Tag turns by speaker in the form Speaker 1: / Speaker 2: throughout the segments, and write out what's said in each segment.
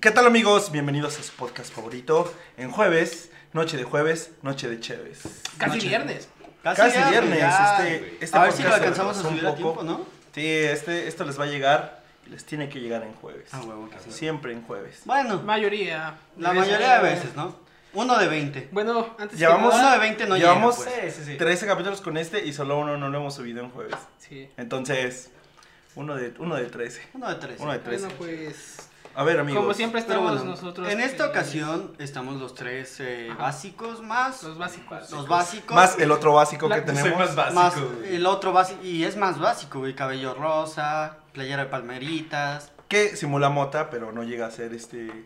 Speaker 1: ¿Qué tal amigos? Bienvenidos a su podcast favorito. En jueves, noche de jueves, noche de Cheves.
Speaker 2: Casi
Speaker 3: Noche.
Speaker 2: viernes.
Speaker 1: Casi, viernes. este, este
Speaker 3: a ver si lo
Speaker 1: podcast
Speaker 3: alcanzamos a
Speaker 1: retrasó un
Speaker 3: subir a
Speaker 1: poco.
Speaker 3: tiempo, ¿no?
Speaker 1: Sí, este, esto les va a llegar y les tiene que llegar en jueves.
Speaker 3: Ah, huevo, que sí.
Speaker 1: Siempre en jueves.
Speaker 3: Bueno,
Speaker 2: Mayoría.
Speaker 3: la
Speaker 2: De
Speaker 3: mayoría de veces, ¿no? Uno de 20.
Speaker 2: Bueno, antes que
Speaker 1: Llevamos-
Speaker 2: nada-
Speaker 3: Uno de 20 no
Speaker 1: Llevamos eh,
Speaker 3: llega. pues.
Speaker 1: 13 capítulos con este y solo uno no lo hemos subido en jueves.
Speaker 2: Sí.
Speaker 1: Entonces, uno de, uno de 13.
Speaker 3: Uno de 13.
Speaker 1: Uno de
Speaker 2: Bueno,
Speaker 1: 13.
Speaker 2: pues.
Speaker 1: A ver, amigos.
Speaker 2: Como siempre
Speaker 3: Pero
Speaker 2: estamos
Speaker 3: bueno,
Speaker 2: nosotros.
Speaker 3: En esta
Speaker 2: eh,
Speaker 3: ocasión estamos los tres eh,
Speaker 2: Ajá.
Speaker 3: básicos más.
Speaker 2: Los básicos.
Speaker 3: Los básicos.
Speaker 1: Más el otro básico
Speaker 2: La-
Speaker 1: que
Speaker 2: Yo
Speaker 4: Yo soy
Speaker 1: tenemos.
Speaker 4: más básico.
Speaker 3: Más
Speaker 4: güey.
Speaker 3: el otro básico. Y es más básico, güey. Cabello rosa, playera de palmeritas.
Speaker 1: Que simula mota, pero no llega a ser este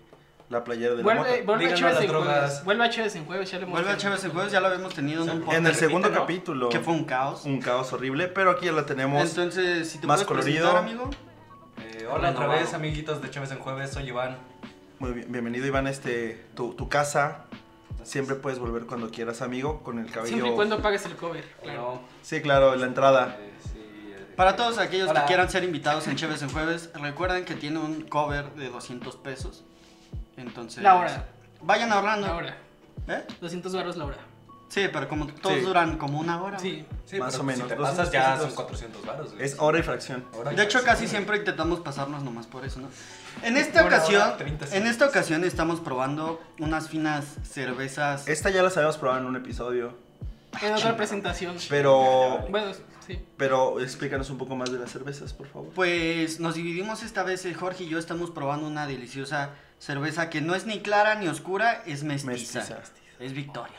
Speaker 1: la playera de la
Speaker 2: Vuelve,
Speaker 3: eh,
Speaker 1: mota.
Speaker 2: vuelve a
Speaker 4: Díganlo
Speaker 2: Chévez
Speaker 4: a las
Speaker 2: en jueves.
Speaker 4: drogas.
Speaker 2: Vuelve a Chévez en jueves. Ya lo hemos
Speaker 3: Vuelve a
Speaker 2: tenido.
Speaker 3: Chévez en jueves, ya lo habíamos tenido en un
Speaker 4: En
Speaker 1: En el
Speaker 3: podcast.
Speaker 1: segundo
Speaker 4: repite, ¿no?
Speaker 1: capítulo.
Speaker 3: Que fue un caos.
Speaker 1: un caos horrible, pero aquí ya la tenemos.
Speaker 3: Entonces, si te
Speaker 1: más
Speaker 3: puedes
Speaker 1: colorido.
Speaker 3: presentar, amigo.
Speaker 4: Eh, hola otra
Speaker 3: Renovado.
Speaker 4: vez, amiguitos de Chévez en Jueves. Soy Iván.
Speaker 1: Muy bien, bienvenido Iván, este tu, tu casa. Siempre puedes volver cuando quieras, amigo, con el cabello.
Speaker 2: Siempre y cuando pagues el cover. Claro.
Speaker 1: Sí, claro, la entrada.
Speaker 4: Eh, sí, eh,
Speaker 3: Para todos aquellos
Speaker 4: Hola.
Speaker 3: que quieran ser invitados en Chévez en Jueves, recuerden que tiene un cover de 200 pesos. Entonces.
Speaker 2: La hora.
Speaker 3: Vayan ahorrando.
Speaker 2: La hora.
Speaker 3: ¿Eh?
Speaker 2: 200 baros la hora.
Speaker 3: Sí, pero como todos
Speaker 1: Sí.
Speaker 3: duran como una hora.
Speaker 2: Sí.
Speaker 4: Sí,
Speaker 1: Más
Speaker 4: pero
Speaker 1: o menos,
Speaker 4: Si te
Speaker 1: 200
Speaker 4: pasas ya
Speaker 1: pesitos.
Speaker 4: son 400 baros. güey.
Speaker 1: Es hora y fracción.
Speaker 4: Ahora
Speaker 3: güey. De
Speaker 4: ya,
Speaker 3: hecho,
Speaker 4: sí,
Speaker 3: casi
Speaker 4: güey.
Speaker 3: siempre intentamos pasarnos nomás por eso, ¿no? En esta
Speaker 4: Una hora,
Speaker 3: ocasión,
Speaker 4: 30
Speaker 3: en
Speaker 4: segundos.
Speaker 3: esta ocasión estamos probando unas finas cervezas.
Speaker 1: Esta ya la habíamos probado en un episodio,
Speaker 2: En otra presentación.
Speaker 1: pero
Speaker 2: Bueno, sí.
Speaker 1: pero explícanos un poco más de las cervezas, por favor.
Speaker 3: Pues nos dividimos esta vez, eh, Jorge y yo estamos probando una deliciosa cerveza que no es ni clara ni oscura, es mestiza.
Speaker 1: Mestiza.
Speaker 3: Es Victoria,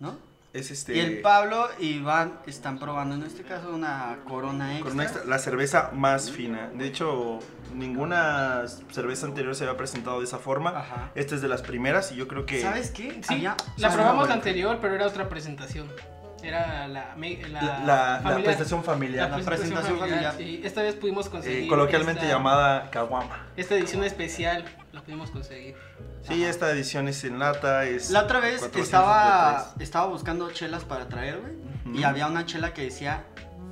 Speaker 3: ¿no?
Speaker 1: Es este
Speaker 3: Y el Pablo y Iván están probando, en este caso, una corona extra.
Speaker 1: con una extra- la cerveza más fina. De hecho, ninguna cerveza anterior se había presentado de esa forma.
Speaker 3: Ajá.
Speaker 1: Esta es de las primeras y yo creo que
Speaker 3: ¿Sabes qué?
Speaker 2: Sí,
Speaker 3: Había-
Speaker 2: la
Speaker 3: Ah,
Speaker 2: probamos la
Speaker 3: bueno.
Speaker 2: anterior, pero era otra presentación. Era la. me-
Speaker 1: la,
Speaker 2: La,
Speaker 1: la- la
Speaker 2: familiar.
Speaker 1: prestación familiar,
Speaker 2: La
Speaker 3: la
Speaker 2: presentación
Speaker 3: presentación
Speaker 2: familiar.
Speaker 3: familiar.
Speaker 2: sí. esta vez pudimos
Speaker 1: eh,
Speaker 2: conseguir.
Speaker 1: coloquialmente
Speaker 2: esta-
Speaker 1: llamada Caguama.
Speaker 2: Esta edición especial la pudimos conseguir.
Speaker 1: Sí, esta edición es en lata, es...
Speaker 3: La otra vez
Speaker 1: 473.
Speaker 3: estaba, estaba buscando chelas para traer, güey. Y
Speaker 1: Ujú.
Speaker 3: había una chela que decía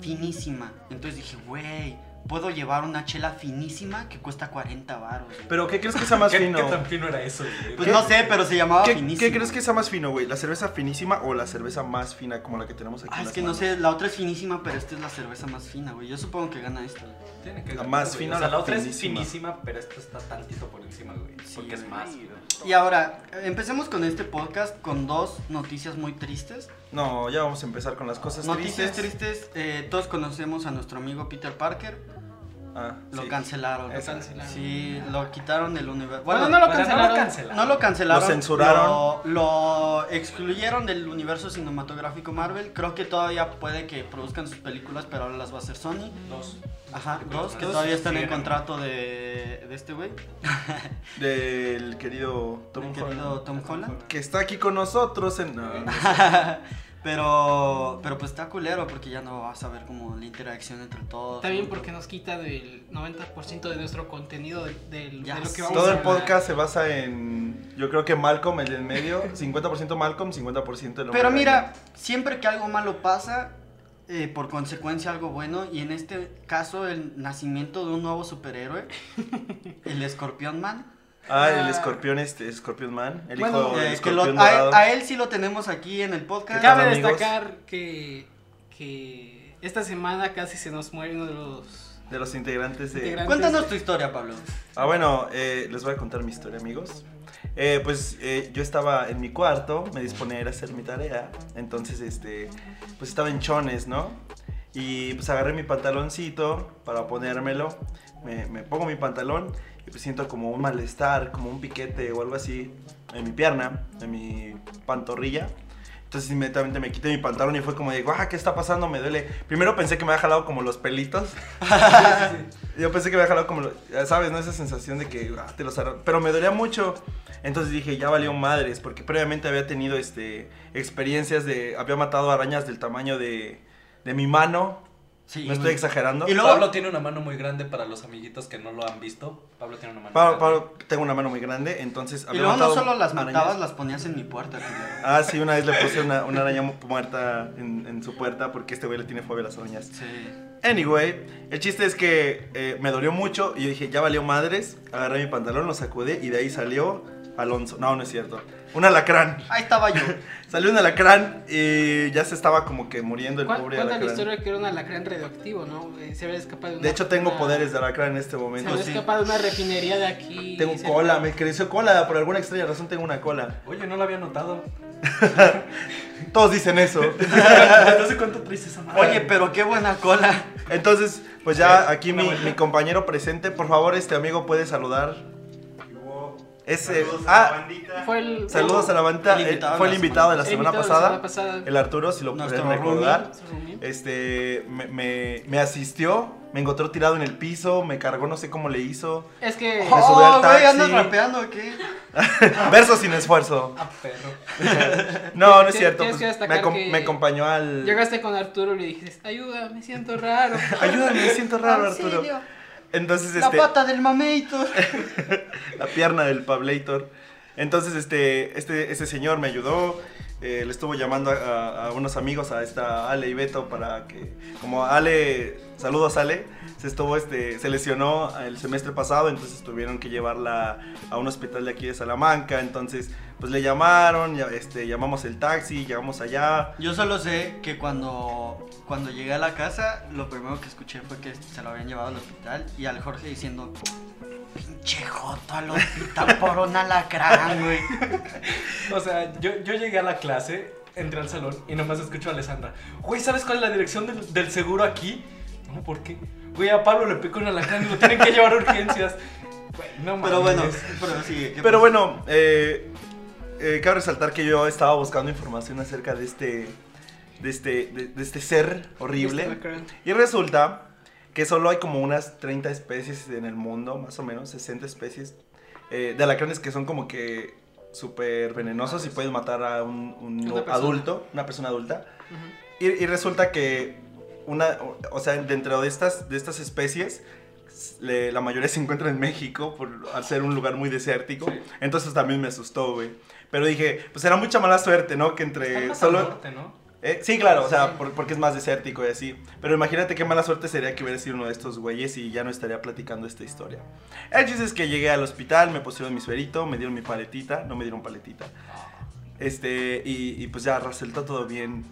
Speaker 3: finísima. Entonces dije, güey, puedo llevar una chela finísima que cuesta 40 baros. güey?"
Speaker 1: Pero ¿qué crees que sea más
Speaker 4: ¿Qué,
Speaker 1: fino?
Speaker 4: qué tan fino era eso? güey?
Speaker 3: Pues
Speaker 1: ¿Qué-
Speaker 3: no sé, pero se llamaba
Speaker 1: ¿Qué,
Speaker 3: finísima.
Speaker 1: qué crees que sea más fino, güey? ¿La cerveza finísima o la cerveza más fina como la que tenemos aquí?
Speaker 3: Ah,
Speaker 1: en
Speaker 3: es
Speaker 1: las
Speaker 3: que no
Speaker 1: manos?
Speaker 3: sé, la otra es finísima, pero esta es la cerveza más fina, güey. Yo supongo que gana esta. güey.
Speaker 4: Tiene que
Speaker 1: la más
Speaker 4: güey.
Speaker 1: fina,
Speaker 4: O sea,
Speaker 1: la
Speaker 4: la otra es
Speaker 1: finísima.
Speaker 4: finísima, pero esta está tantito por encima, güey.
Speaker 3: Sí,
Speaker 4: porque es
Speaker 3: güey.
Speaker 4: más. güey.
Speaker 3: Y ahora, eh, empecemos con este podcast con dos noticias muy tristes.
Speaker 1: No, ya vamos a empezar con las cosas
Speaker 3: noticias
Speaker 1: tristes.
Speaker 3: tristes, eh, todos conocemos a nuestro amigo Peter Parker.
Speaker 1: Ah,
Speaker 3: Lo
Speaker 1: sí.
Speaker 3: cancelaron.
Speaker 1: Esa.
Speaker 2: Cancelaron.
Speaker 3: Sí, lo quitaron del universo.
Speaker 2: Bueno, no lo
Speaker 4: Bueno,
Speaker 2: cancelaron.
Speaker 4: cancelaron.
Speaker 3: No lo cancelaron.
Speaker 1: Lo censuraron.
Speaker 3: Lo, lo excluyeron del universo cinematográfico Marvel. Creo que todavía puede que produzcan sus películas, pero ahora las va a hacer Sony.
Speaker 4: Dos.
Speaker 3: Ajá, dos, que
Speaker 4: Dos.
Speaker 3: todavía están en
Speaker 4: Sí,
Speaker 3: contrato de, de este güey.
Speaker 1: Del querido Tom
Speaker 3: Tom
Speaker 1: Holland.
Speaker 3: querido Tom Holland.
Speaker 1: Que está aquí con nosotros en... no, no.
Speaker 3: pero, pero pues está culero porque ya no vas a ver como la interacción entre todos.
Speaker 2: También porque nos quita del 90% de nuestro contenido de, del-
Speaker 3: Ya
Speaker 2: de lo que
Speaker 3: sé.
Speaker 2: vamos
Speaker 1: Todo
Speaker 2: a
Speaker 1: el
Speaker 2: hablar.
Speaker 1: podcast se basa en... Yo creo que Malcolm, el del medio, 50% Malcolm, 50% el hombre
Speaker 3: Pero mira,
Speaker 1: araña.
Speaker 3: siempre que algo malo pasa, eh, por consecuencia algo bueno, y en este caso el nacimiento de un nuevo superhéroe, el Escorpión Man.
Speaker 1: Ah, el escorpión, este, escorpión man. El
Speaker 2: Bueno,
Speaker 1: hijo
Speaker 3: eh,
Speaker 1: del
Speaker 3: que lo-
Speaker 1: escorpión
Speaker 3: a,
Speaker 1: dorado.
Speaker 3: él, a él sí lo tenemos aquí en el podcast.
Speaker 1: ¿Qué tal?
Speaker 2: Cabe
Speaker 1: amigos?
Speaker 2: destacar que, que esta semana casi se nos muere uno de los...
Speaker 1: De los integrantes de...
Speaker 2: Integrantes.
Speaker 3: Cuéntanos tu historia, Pablo.
Speaker 1: Ah, bueno, eh, les voy a contar mi historia, amigos. Eh, pues eh, yo estaba en mi cuarto, me disponía a ir a hacer mi tarea, entonces, este, pues estaba en chones, ¿no? Y pues agarré mi pantaloncito para ponérmelo, me, me pongo mi pantalón y pues siento como un malestar, como un piquete o algo así en mi pierna, en mi pantorrilla. Entonces inmediatamente me quité mi pantalón y fue como digo, ah, ¿qué está pasando? Me duele. Primero pensé que me había jalado como los pelitos. Yo pensé que me había jalado como, los- ya ¿sabes? ¿No? Esa sensación de que ah, te los arran- Pero me dolía mucho. Entonces dije, ya valió madres, porque previamente había tenido este, experiencias de, había matado arañas del tamaño de, de mi mano.
Speaker 3: Sí,
Speaker 1: no estoy
Speaker 3: güey.
Speaker 1: exagerando.
Speaker 3: Y luego-
Speaker 4: Pablo tiene una mano muy grande para los amiguitos que no lo han visto. Pablo tiene una mano
Speaker 1: Pablo,
Speaker 4: grande.
Speaker 1: Pablo, tengo una mano muy grande, entonces
Speaker 3: Y
Speaker 1: había
Speaker 3: luego no
Speaker 1: matado
Speaker 3: solo las
Speaker 1: arañas.
Speaker 3: matabas, las ponías en mi puerta. culero.
Speaker 1: Ah, sí, una vez le puse una, una araña mu- muerta en, en su puerta porque este güey le tiene fobia a las arañas.
Speaker 3: Sí.
Speaker 1: Anyway, el chiste es que eh, me dolió mucho y yo dije, ya valió madres. Agarré mi pantalón, lo sacudí y de ahí salió Alonso. No, no es cierto. Un alacrán.
Speaker 3: Ahí estaba yo.
Speaker 1: Salió un alacrán y ya se estaba como que muriendo el
Speaker 2: ¿Cuál-
Speaker 1: pobre
Speaker 2: cuenta la
Speaker 1: alacrán.
Speaker 2: historia que era un alacrán radioactivo, ¿no? Eh, Se había escapado de una-
Speaker 1: De hecho, tengo
Speaker 2: una-
Speaker 1: poderes de alacrán en este
Speaker 2: Se
Speaker 1: momento.
Speaker 2: había
Speaker 3: sí.
Speaker 2: escapado de una refinería de aquí.
Speaker 1: Tengo
Speaker 2: cerca.
Speaker 1: cola, me creció cola. Por alguna extraña razón tengo una cola.
Speaker 4: Oye, no lo había notado.
Speaker 1: Todos dicen eso.
Speaker 4: no sé cuánto traes esa madre.
Speaker 3: Oye, pero qué buena cola.
Speaker 1: Entonces, pues ya
Speaker 4: Sí,
Speaker 1: aquí
Speaker 4: una
Speaker 1: mi,
Speaker 4: vuelta.
Speaker 1: mi compañero presente, por favor, este amigo puede saludar.
Speaker 5: Hubo-
Speaker 1: Ese-
Speaker 5: Saludos
Speaker 1: ah,
Speaker 5: a la bandita.
Speaker 2: Fue el.
Speaker 1: Saludos a la banda,
Speaker 3: El
Speaker 1: eh,
Speaker 3: invitado
Speaker 1: fue
Speaker 3: de
Speaker 1: el
Speaker 3: la
Speaker 1: invitado de la
Speaker 2: el
Speaker 1: semana
Speaker 2: invitado de la
Speaker 1: pasada,
Speaker 2: semana
Speaker 1: el Arturo, si lo pueden
Speaker 3: Nuestro
Speaker 1: recordar.
Speaker 2: pasada. Roomie.
Speaker 1: Este, me, me- me asistió, me encontró tirado en el piso, me cargó, no sé cómo le hizo.
Speaker 2: Es que.
Speaker 1: Me subí al
Speaker 3: Oh, güey, andas
Speaker 1: taxi.
Speaker 3: rapeando, o ¿qué?
Speaker 1: Verso sin esfuerzo.
Speaker 4: Ah, perro.
Speaker 1: No, no es
Speaker 2: Tienes
Speaker 1: cierto.
Speaker 2: que
Speaker 1: pues, me,
Speaker 2: destacar
Speaker 1: acom-
Speaker 2: que
Speaker 1: me acompañó al...
Speaker 2: Llegaste con Arturo y le dijiste, ayuda, me siento raro.
Speaker 1: Ayúdame, me siento raro, Arturo.
Speaker 3: Auxilio,
Speaker 1: Entonces,
Speaker 3: La
Speaker 1: este...
Speaker 3: pata del mameito.
Speaker 1: la pierna del Pablator. Entonces, este, este, este señor me ayudó. eh, le estuvo llamando a, a- a unos amigos, a esta Ale y Beto, para que. Como Ale, saludos Ale, se estuvo, este, se lesionó el semestre pasado, entonces tuvieron que llevarla a un hospital de aquí de Salamanca. Entonces, pues le llamaron, ya- este, llamamos el taxi, llegamos allá.
Speaker 3: Yo solo sé que cuando, cuando llegué a la casa, lo primero que escuché fue que se lo habían llevado al hospital y al Jorge diciendo, pinche joto al hospital por un alacrán, güey.
Speaker 4: O sea, yo, yo llegué a la clase, entré al salón y nomás escucho a Alessandra. Güey, ¿sabes cuál es la dirección del, del seguro aquí? No, ¿por qué? Güey, a Pablo le picó un alacrán y lo tienen que llevar a urgencias. Güey, no mames.
Speaker 3: Pero bueno, pero sí. ¿qué
Speaker 1: Pero
Speaker 3: pasa?
Speaker 1: bueno, eh, eh, cabe resaltar que yo estaba buscando información acerca de este. De este, de- de este ser horrible.
Speaker 2: Este alacrán.
Speaker 1: Y resulta que solo hay como unas 30 especies en el mundo, más o menos, 60 especies eh, de alacranes que son como que súper venenosos y pueden matar a un, un
Speaker 2: Una persona.
Speaker 1: adulto, una persona adulta.
Speaker 2: Ujú.
Speaker 1: Y, y resulta que una, o- o sea, dentro de estas, de estas especies, s- le- la mayoría se encuentra en México por al ser un lugar muy desértico. Entonces también me asustó, güey. Pero dije, pues era mucha mala suerte, ¿no? Que
Speaker 4: Está
Speaker 1: entre
Speaker 4: más
Speaker 1: solo...
Speaker 4: al norte, ¿no?
Speaker 1: Eh, sí, claro, o
Speaker 2: Sí.
Speaker 1: sea, por- porque es más desértico y así. Pero imagínate qué mala suerte sería que hubiera sido uno de estos güeyes y ya no estaría platicando esta historia. El chiste es que llegué al hospital, me pusieron mi suerito, me dieron mi paletita, no me dieron paletita. Este, y, y pues ya resultó todo bien.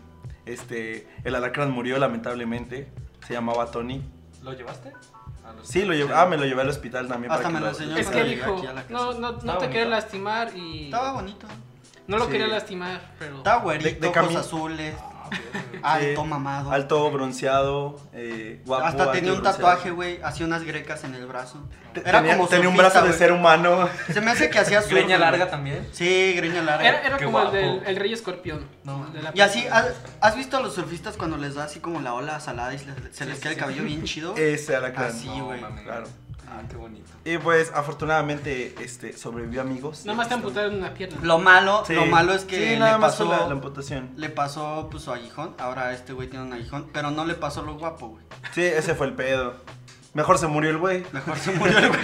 Speaker 1: Este, el alacrán murió lamentablemente, se llamaba Tony.
Speaker 4: ¿Lo llevaste? A los-
Speaker 1: Sí, lo llevé, ah, me lo llevé al hospital también.
Speaker 3: Hasta me
Speaker 1: que
Speaker 3: lo enseñó.
Speaker 2: Es
Speaker 3: Cuando
Speaker 2: que
Speaker 3: llegué
Speaker 2: dijo,
Speaker 3: aquí a la casa.
Speaker 2: no, no, no
Speaker 4: Estaba
Speaker 2: te
Speaker 4: bonito.
Speaker 2: quería lastimar y.
Speaker 3: Estaba bonito.
Speaker 2: No lo
Speaker 1: Sí.
Speaker 2: quería lastimar, pero.
Speaker 3: Estaba güerito,
Speaker 1: De- de
Speaker 3: ojos
Speaker 1: cami-
Speaker 3: azules,
Speaker 4: Ah, bien.
Speaker 3: alto,
Speaker 1: Sí,
Speaker 3: mamado.
Speaker 1: Alto, bronceado, eh, guapo.
Speaker 3: Hasta
Speaker 1: alto y
Speaker 3: tenía un
Speaker 1: bronceado.
Speaker 3: tatuaje, güey, hacía unas grecas en el brazo.
Speaker 1: Te-
Speaker 3: Era
Speaker 1: tenía,
Speaker 3: como
Speaker 1: tenía un
Speaker 3: surfista,
Speaker 1: brazo de
Speaker 3: güey.
Speaker 1: ser humano.
Speaker 3: Se me hace que hacía surf, güey.
Speaker 4: Greña larga también.
Speaker 3: Sí, greña larga.
Speaker 2: Era, era
Speaker 4: Qué
Speaker 2: como el
Speaker 4: guapo.
Speaker 2: del el rey escorpión.
Speaker 4: No.
Speaker 2: de la
Speaker 3: Y así, ah,
Speaker 2: película.
Speaker 3: ¿has, has visto a los surfistas cuando les da así como la ola salada y se, les- se les queda el cabello bien chido?
Speaker 1: Ese alacrán.
Speaker 3: Así. Sí,
Speaker 4: No,
Speaker 3: güey,
Speaker 4: mames.
Speaker 1: claro.
Speaker 4: Ah, qué bonito.
Speaker 1: Y pues afortunadamente este sobrevivió amigos.
Speaker 2: Nada más te
Speaker 1: Este,
Speaker 2: amputaron una pierna.
Speaker 3: Lo malo,
Speaker 1: sí.
Speaker 3: lo malo es que
Speaker 1: sí,
Speaker 3: le
Speaker 1: nada más
Speaker 3: pasó,
Speaker 1: fue la, la amputación.
Speaker 3: le pasó pues su aguijón. Ahora este güey tiene un aguijón, pero no le pasó lo guapo, güey.
Speaker 1: Sí, ese fue el pedo. Mejor se murió el güey.
Speaker 3: Mejor se murió el güey.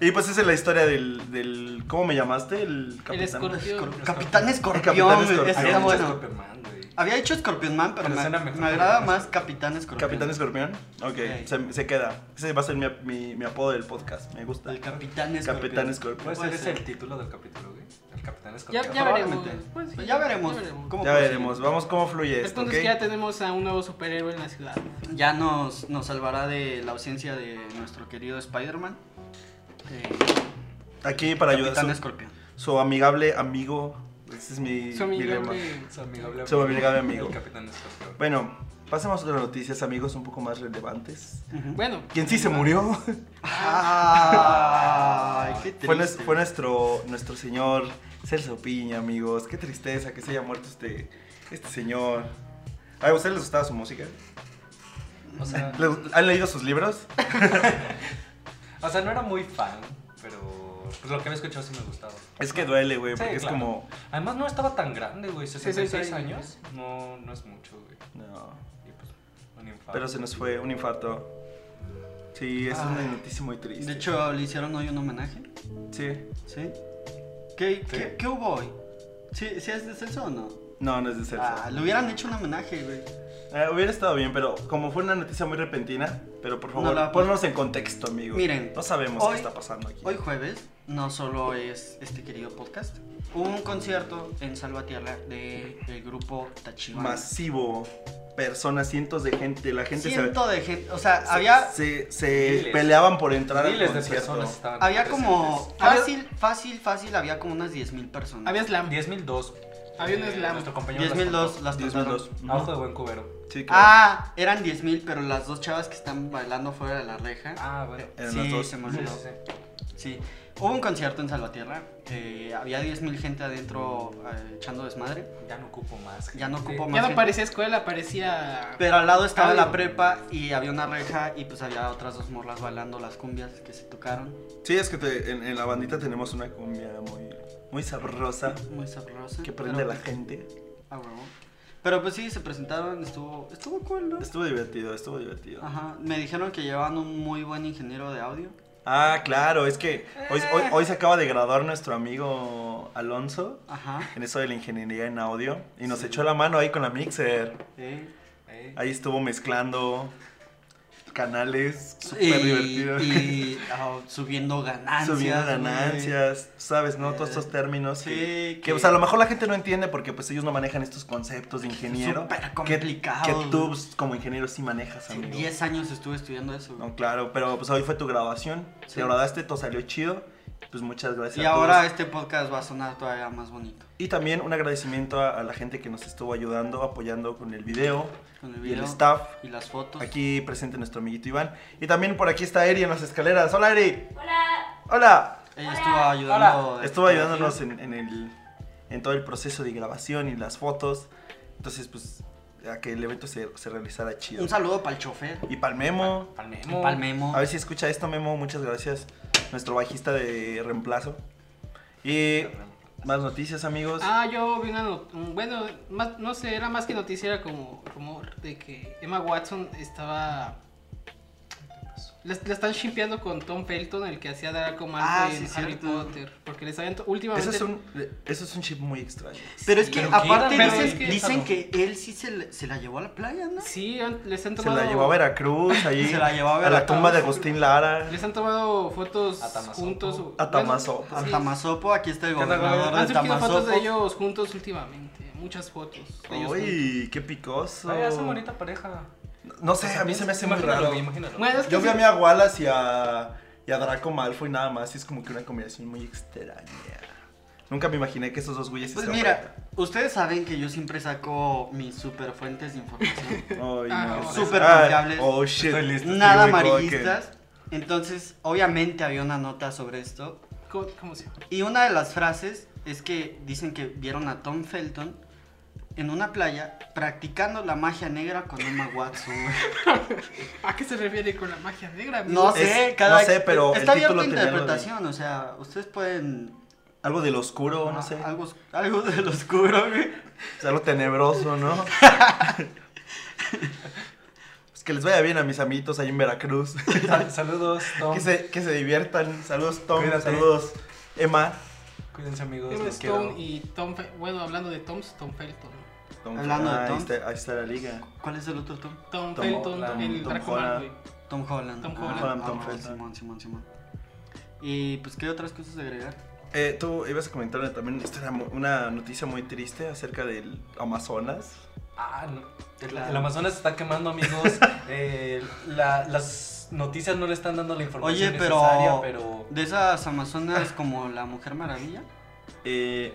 Speaker 1: Y pues esa es la historia del, del ¿cómo me llamaste? El capitán.
Speaker 2: el escorpión.
Speaker 3: Capitán
Speaker 1: Capitán
Speaker 3: Escorpión, güey.
Speaker 1: Escorpión.
Speaker 3: ese
Speaker 1: Había
Speaker 3: Está
Speaker 1: dicho
Speaker 3: bueno. Había hecho Scorpion Man, pero
Speaker 4: Pero
Speaker 3: me,
Speaker 4: suena mejor.
Speaker 3: me agrada más Capitán Escorpión.
Speaker 1: Capitán Escorpión. Ok,
Speaker 3: Sí.
Speaker 1: se, se queda. Ese va a ser mi, mi- mi apodo del podcast. Me gusta.
Speaker 3: El Capitán Escorpión. Pues
Speaker 1: Capitán Escorpión.
Speaker 4: ¿Puede ser
Speaker 3: Puede
Speaker 4: ese
Speaker 3: ser.
Speaker 4: el título del capítulo, güey? El Capitán
Speaker 2: Ya,
Speaker 4: Escorpión.
Speaker 2: ya veremos.
Speaker 3: Probablemente.
Speaker 2: Pues sí,
Speaker 3: Pues ya veremos. ¿Cómo
Speaker 1: Ya
Speaker 3: posible?
Speaker 1: veremos, vamos cómo fluye esto,
Speaker 2: Entonces
Speaker 1: ¿ok?
Speaker 2: ya tenemos a un nuevo superhéroe en la ciudad.
Speaker 3: Ya nos, nos salvará de la ausencia de nuestro querido Spider-Man. Eh,
Speaker 1: Aquí para ayudar
Speaker 3: Capitán
Speaker 1: su,
Speaker 3: Escorpión.
Speaker 1: su amigable amigo. Ese es mi,
Speaker 2: Su
Speaker 1: mi
Speaker 2: amigo
Speaker 1: lema.
Speaker 2: que-
Speaker 4: Su amigable
Speaker 1: Su amigable amigo.
Speaker 4: El Capitán Escorpión.
Speaker 1: Bueno, pasemos a otras noticias, amigos, un poco más relevantes.
Speaker 2: Bueno.
Speaker 1: ¿Quién sí se murió?
Speaker 3: Ay, Ah, qué
Speaker 1: Fue, nues-
Speaker 3: triste.
Speaker 1: fue nuestro, nuestro señor Celso Piña, amigos. Qué tristeza que se haya muerto este, este señor. ¿A ustedes les gustaba su música?
Speaker 4: O sea,
Speaker 1: ¿Le- ¿Han leído sus libros?
Speaker 4: o sea, no era muy fan, pero pues lo que había escuchado sí me gustaba.
Speaker 1: Es que duele, güey,
Speaker 4: Sí,
Speaker 1: porque es
Speaker 4: claro.
Speaker 1: como...
Speaker 4: Además no estaba tan grande, güey, 66
Speaker 2: 66
Speaker 4: años. No, no es mucho, güey.
Speaker 1: No,
Speaker 4: Y pues, un infarto.
Speaker 1: pero se nos fue un infarto. Sí, es una
Speaker 3: Ay.
Speaker 1: noticia muy triste.
Speaker 3: De hecho, le hicieron hoy un homenaje.
Speaker 1: Sí.
Speaker 3: ¿Sí? ¿Qué,
Speaker 4: Sí.
Speaker 3: qué- qué hubo hoy? ¿Sí, sí es de eso o no?
Speaker 1: No, no es de Celso.
Speaker 3: Ah, le hubieran hecho un homenaje, güey.
Speaker 1: Eh, hubiera estado bien, pero como fue una noticia muy repentina, pero por favor,
Speaker 3: No la-
Speaker 1: ponnos en contexto, amigo.
Speaker 3: Miren,
Speaker 1: no sabemos
Speaker 3: hoy-
Speaker 1: qué está pasando aquí.
Speaker 3: Hoy jueves, no solo es este querido podcast, hubo un concierto en Salvatierra del grupo Tachibana.
Speaker 1: Masivo, personas, cientos de gente, la gente se-
Speaker 3: Ciento de gente, o sea,
Speaker 1: se,
Speaker 3: había,
Speaker 1: se, se
Speaker 4: Miles.
Speaker 1: peleaban por entrar al
Speaker 4: Miles de
Speaker 1: concierto.
Speaker 4: personas estaban.
Speaker 3: había como,
Speaker 2: Había-
Speaker 3: fácil, fácil, fácil, había como unas 10.000 personas.
Speaker 2: Había slam.
Speaker 4: 10.002.
Speaker 2: Había un slam.
Speaker 4: Nuestro compañero.
Speaker 3: 10.000
Speaker 4: las
Speaker 3: dos, las
Speaker 1: 10.000
Speaker 3: contaron.
Speaker 1: dos.
Speaker 4: contó. A ojo de buen cubero.
Speaker 1: Sí, claro.
Speaker 3: Ah, eran 10.000, pero las dos chavas que están bailando fuera de la reja.
Speaker 4: Ah, bueno.
Speaker 1: Eran
Speaker 3: sí,
Speaker 1: las dos.
Speaker 3: se me
Speaker 4: Sí,
Speaker 3: olvidó.
Speaker 4: sí, sí.
Speaker 3: Sí, hubo un concierto en Salvatierra, eh, había 10.000 gente adentro eh, echando desmadre,
Speaker 4: Ya no ocupo más.
Speaker 3: Ya no
Speaker 4: gente.
Speaker 3: ocupo más.
Speaker 2: Ya no
Speaker 3: gente.
Speaker 2: parecía escuela, parecía.
Speaker 3: pero al lado estaba la
Speaker 2: Ay.
Speaker 3: prepa y había una reja y pues había otras dos morlas bailando las cumbias que se tocaron,
Speaker 1: Sí, es que te- en, en la bandita tenemos una cumbia muy, muy sabrosa
Speaker 3: muy sabrosa.
Speaker 1: que prende
Speaker 3: pero-
Speaker 1: la gente.
Speaker 3: Ah, huevo. Pero pues sí, se presentaron, estuvo, estuvo cool, ¿no?
Speaker 1: Estuvo divertido, estuvo divertido.
Speaker 3: Ajá, me dijeron que llevaban un muy buen ingeniero de audio.
Speaker 1: Ah, claro, es que hoy, hoy, hoy se acaba de graduar nuestro amigo Alonso
Speaker 3: Ajá.
Speaker 1: en eso de la ingeniería en audio y nos echó la mano ahí con la mixer.
Speaker 3: eh.
Speaker 4: Eh,
Speaker 1: Ahí estuvo mezclando canales
Speaker 3: Y-
Speaker 1: súper divertido.
Speaker 3: Y ah, subiendo ganancias.
Speaker 1: Subiendo
Speaker 3: güey. Eh,
Speaker 1: ganancias, sabes, ¿no? Todos estos términos.
Speaker 3: Sí,
Speaker 1: que-
Speaker 3: que,
Speaker 1: Que, o sea, a lo mejor la gente no entiende porque pues ellos no manejan estos conceptos de ingeniero.
Speaker 3: Súper
Speaker 1: que-
Speaker 3: complicado,
Speaker 1: Que,
Speaker 3: güey.
Speaker 1: tú pues, como ingeniero sí manejas,
Speaker 3: hace
Speaker 1: amigo.
Speaker 3: 10 años estuve estudiando eso. güey.
Speaker 1: No, claro, pero pues hoy fue tu graduación.
Speaker 3: Sí.
Speaker 1: Te graduaste, todo salió chido. Pues muchas gracias.
Speaker 3: Y
Speaker 1: a todos.
Speaker 3: ahora este podcast va a sonar todavía más bonito.
Speaker 1: Y también un agradecimiento a, a la gente que nos estuvo ayudando, apoyando con el video,
Speaker 3: Con el
Speaker 1: y
Speaker 3: video.
Speaker 1: el staff.
Speaker 3: y las fotos.
Speaker 1: Aquí presente nuestro amiguito Iván. Y también por aquí está Eri en las escaleras. Hola Eri.
Speaker 5: Hola,
Speaker 1: Hola.
Speaker 3: Ella
Speaker 5: Hola.
Speaker 3: estuvo ayudando. este de
Speaker 1: Estuvo
Speaker 3: fotografía.
Speaker 1: ayudándonos en, en el, en todo el proceso de grabación y las fotos. Entonces, pues, a que el evento se, se realizara chido.
Speaker 3: Un saludo para el chofer.
Speaker 1: Y para el Memo.
Speaker 4: Palmemo.
Speaker 3: Para el memo.
Speaker 1: A ver si escucha esto, Memo. Muchas gracias. Nuestro bajista de reemplazo. Y más noticias, amigos.
Speaker 2: Ah, yo vi una no- Bueno, más- no sé, era más que noticia, era como rumor de que Emma Watson estaba. La, la están shimpeando con Tom Felton, el que hacía Draco
Speaker 3: Ah,
Speaker 2: Malfoy
Speaker 3: sí,
Speaker 2: en
Speaker 3: es
Speaker 2: Harry
Speaker 3: cierto.
Speaker 2: Potter. Porque les habían. to- Últimamente.
Speaker 1: eso, es un, eso es un chip muy extraño.
Speaker 3: Pero es que
Speaker 4: Pero
Speaker 3: aparte
Speaker 4: qué, pero
Speaker 3: dicen,
Speaker 2: es que-
Speaker 3: dicen que él sí se, le- se la llevó a la playa, ¿no?
Speaker 2: Sí, han- les han
Speaker 1: Se
Speaker 2: tomado.
Speaker 1: la llevó a Veracruz, ahí.
Speaker 3: Se la llevó a
Speaker 1: la
Speaker 3: Veracruz.
Speaker 1: tumba de Agustín Lara.
Speaker 2: Les han tomado fotos
Speaker 4: Atamazopo.
Speaker 2: juntos. o-
Speaker 1: A Tamazopo.
Speaker 2: bueno,
Speaker 3: A
Speaker 2: sí.
Speaker 3: Tamazopo, aquí está el
Speaker 4: ¿Qué tal,
Speaker 3: gobernador
Speaker 4: gobernador?
Speaker 2: Han
Speaker 3: de
Speaker 2: surgido fotos de
Speaker 3: Tamazopo.
Speaker 2: ellos juntos últimamente. Muchas fotos. de ellos juntos.
Speaker 1: Uy, qué picoso.
Speaker 4: Ay, hacen bonita pareja.
Speaker 1: No sé, a mí se me hace muy
Speaker 4: Imagínalo,
Speaker 1: raro.
Speaker 4: güey, Imagínalo.
Speaker 2: Bueno, es que
Speaker 1: Yo vi
Speaker 2: sí-
Speaker 1: a mi a Wallace y a, y a Draco Malfoy nada más y es como que una combinación muy extraña. Nunca me imaginé que esos dos güeyes
Speaker 3: Pues
Speaker 1: estaban
Speaker 3: mira, ustedes saben que yo siempre saco mis super fuentes de información.
Speaker 1: Ay, no.
Speaker 2: Ah,
Speaker 1: Ay,
Speaker 3: súper confiables.
Speaker 1: Oh, shit.
Speaker 4: Estoy listo.
Speaker 3: Nada
Speaker 1: Here we go again.
Speaker 3: amarillistas. Entonces, obviamente había una nota sobre esto.
Speaker 2: ¿Cómo, cómo se llama?
Speaker 3: Y una de las frases es que dicen que vieron a Tom Felton en una playa practicando la magia negra con Emma Watson. güey.
Speaker 2: ¿A qué se refiere con la magia negra? amigo?
Speaker 3: No sé,
Speaker 1: Es-
Speaker 3: cada
Speaker 1: no sé, pero
Speaker 3: está
Speaker 1: el título tenía algo
Speaker 3: abierto a
Speaker 1: de-
Speaker 3: interpretación, o sea, ustedes pueden
Speaker 1: Algo del oscuro, no
Speaker 3: ah,
Speaker 1: sé.
Speaker 3: algo algo del oscuro, güey.
Speaker 1: O sea, algo tenebroso, ¿no? pues que les vaya bien a mis amiguitos ahí en Veracruz.
Speaker 4: Sal- Saludos, Tom.
Speaker 1: que, se, que se diviertan. Saludos, Tom.
Speaker 4: Cuídate.
Speaker 1: Saludos, Emma.
Speaker 4: Cuídense, amigos.
Speaker 2: Emma
Speaker 4: Los quiero.
Speaker 2: Stone y Tom Fe- Bueno, hablando de Toms, Tom Felton.
Speaker 1: Tom-
Speaker 3: Hablando de
Speaker 1: ah,
Speaker 3: Tom.
Speaker 1: Ahí está, ahí está la liga.
Speaker 3: ¿Cuál es el otro Tom?
Speaker 2: Tom,
Speaker 1: Tom
Speaker 2: Felton,
Speaker 4: Holland,
Speaker 2: el
Speaker 1: Tom
Speaker 2: Draco
Speaker 1: Holland.
Speaker 2: Malfoy.
Speaker 3: Tom Holland.
Speaker 2: Tom
Speaker 3: Ah,
Speaker 2: Holland.
Speaker 1: Tom
Speaker 3: ah,
Speaker 1: Felton.
Speaker 3: Simón, Simón, Simón. Y pues qué otras cosas agregar?
Speaker 1: Eh, tú ibas a comentarme también, esta era mu- una noticia muy triste acerca del Amazonas.
Speaker 4: Ah, no. El,
Speaker 3: Claro.
Speaker 4: el Amazonas está quemando, amigos. Eh, la- las noticias no le están dando la información
Speaker 3: Oye, pero-
Speaker 4: necesaria, pero.
Speaker 3: De esas amazonas como la Mujer Maravilla.
Speaker 1: Eh,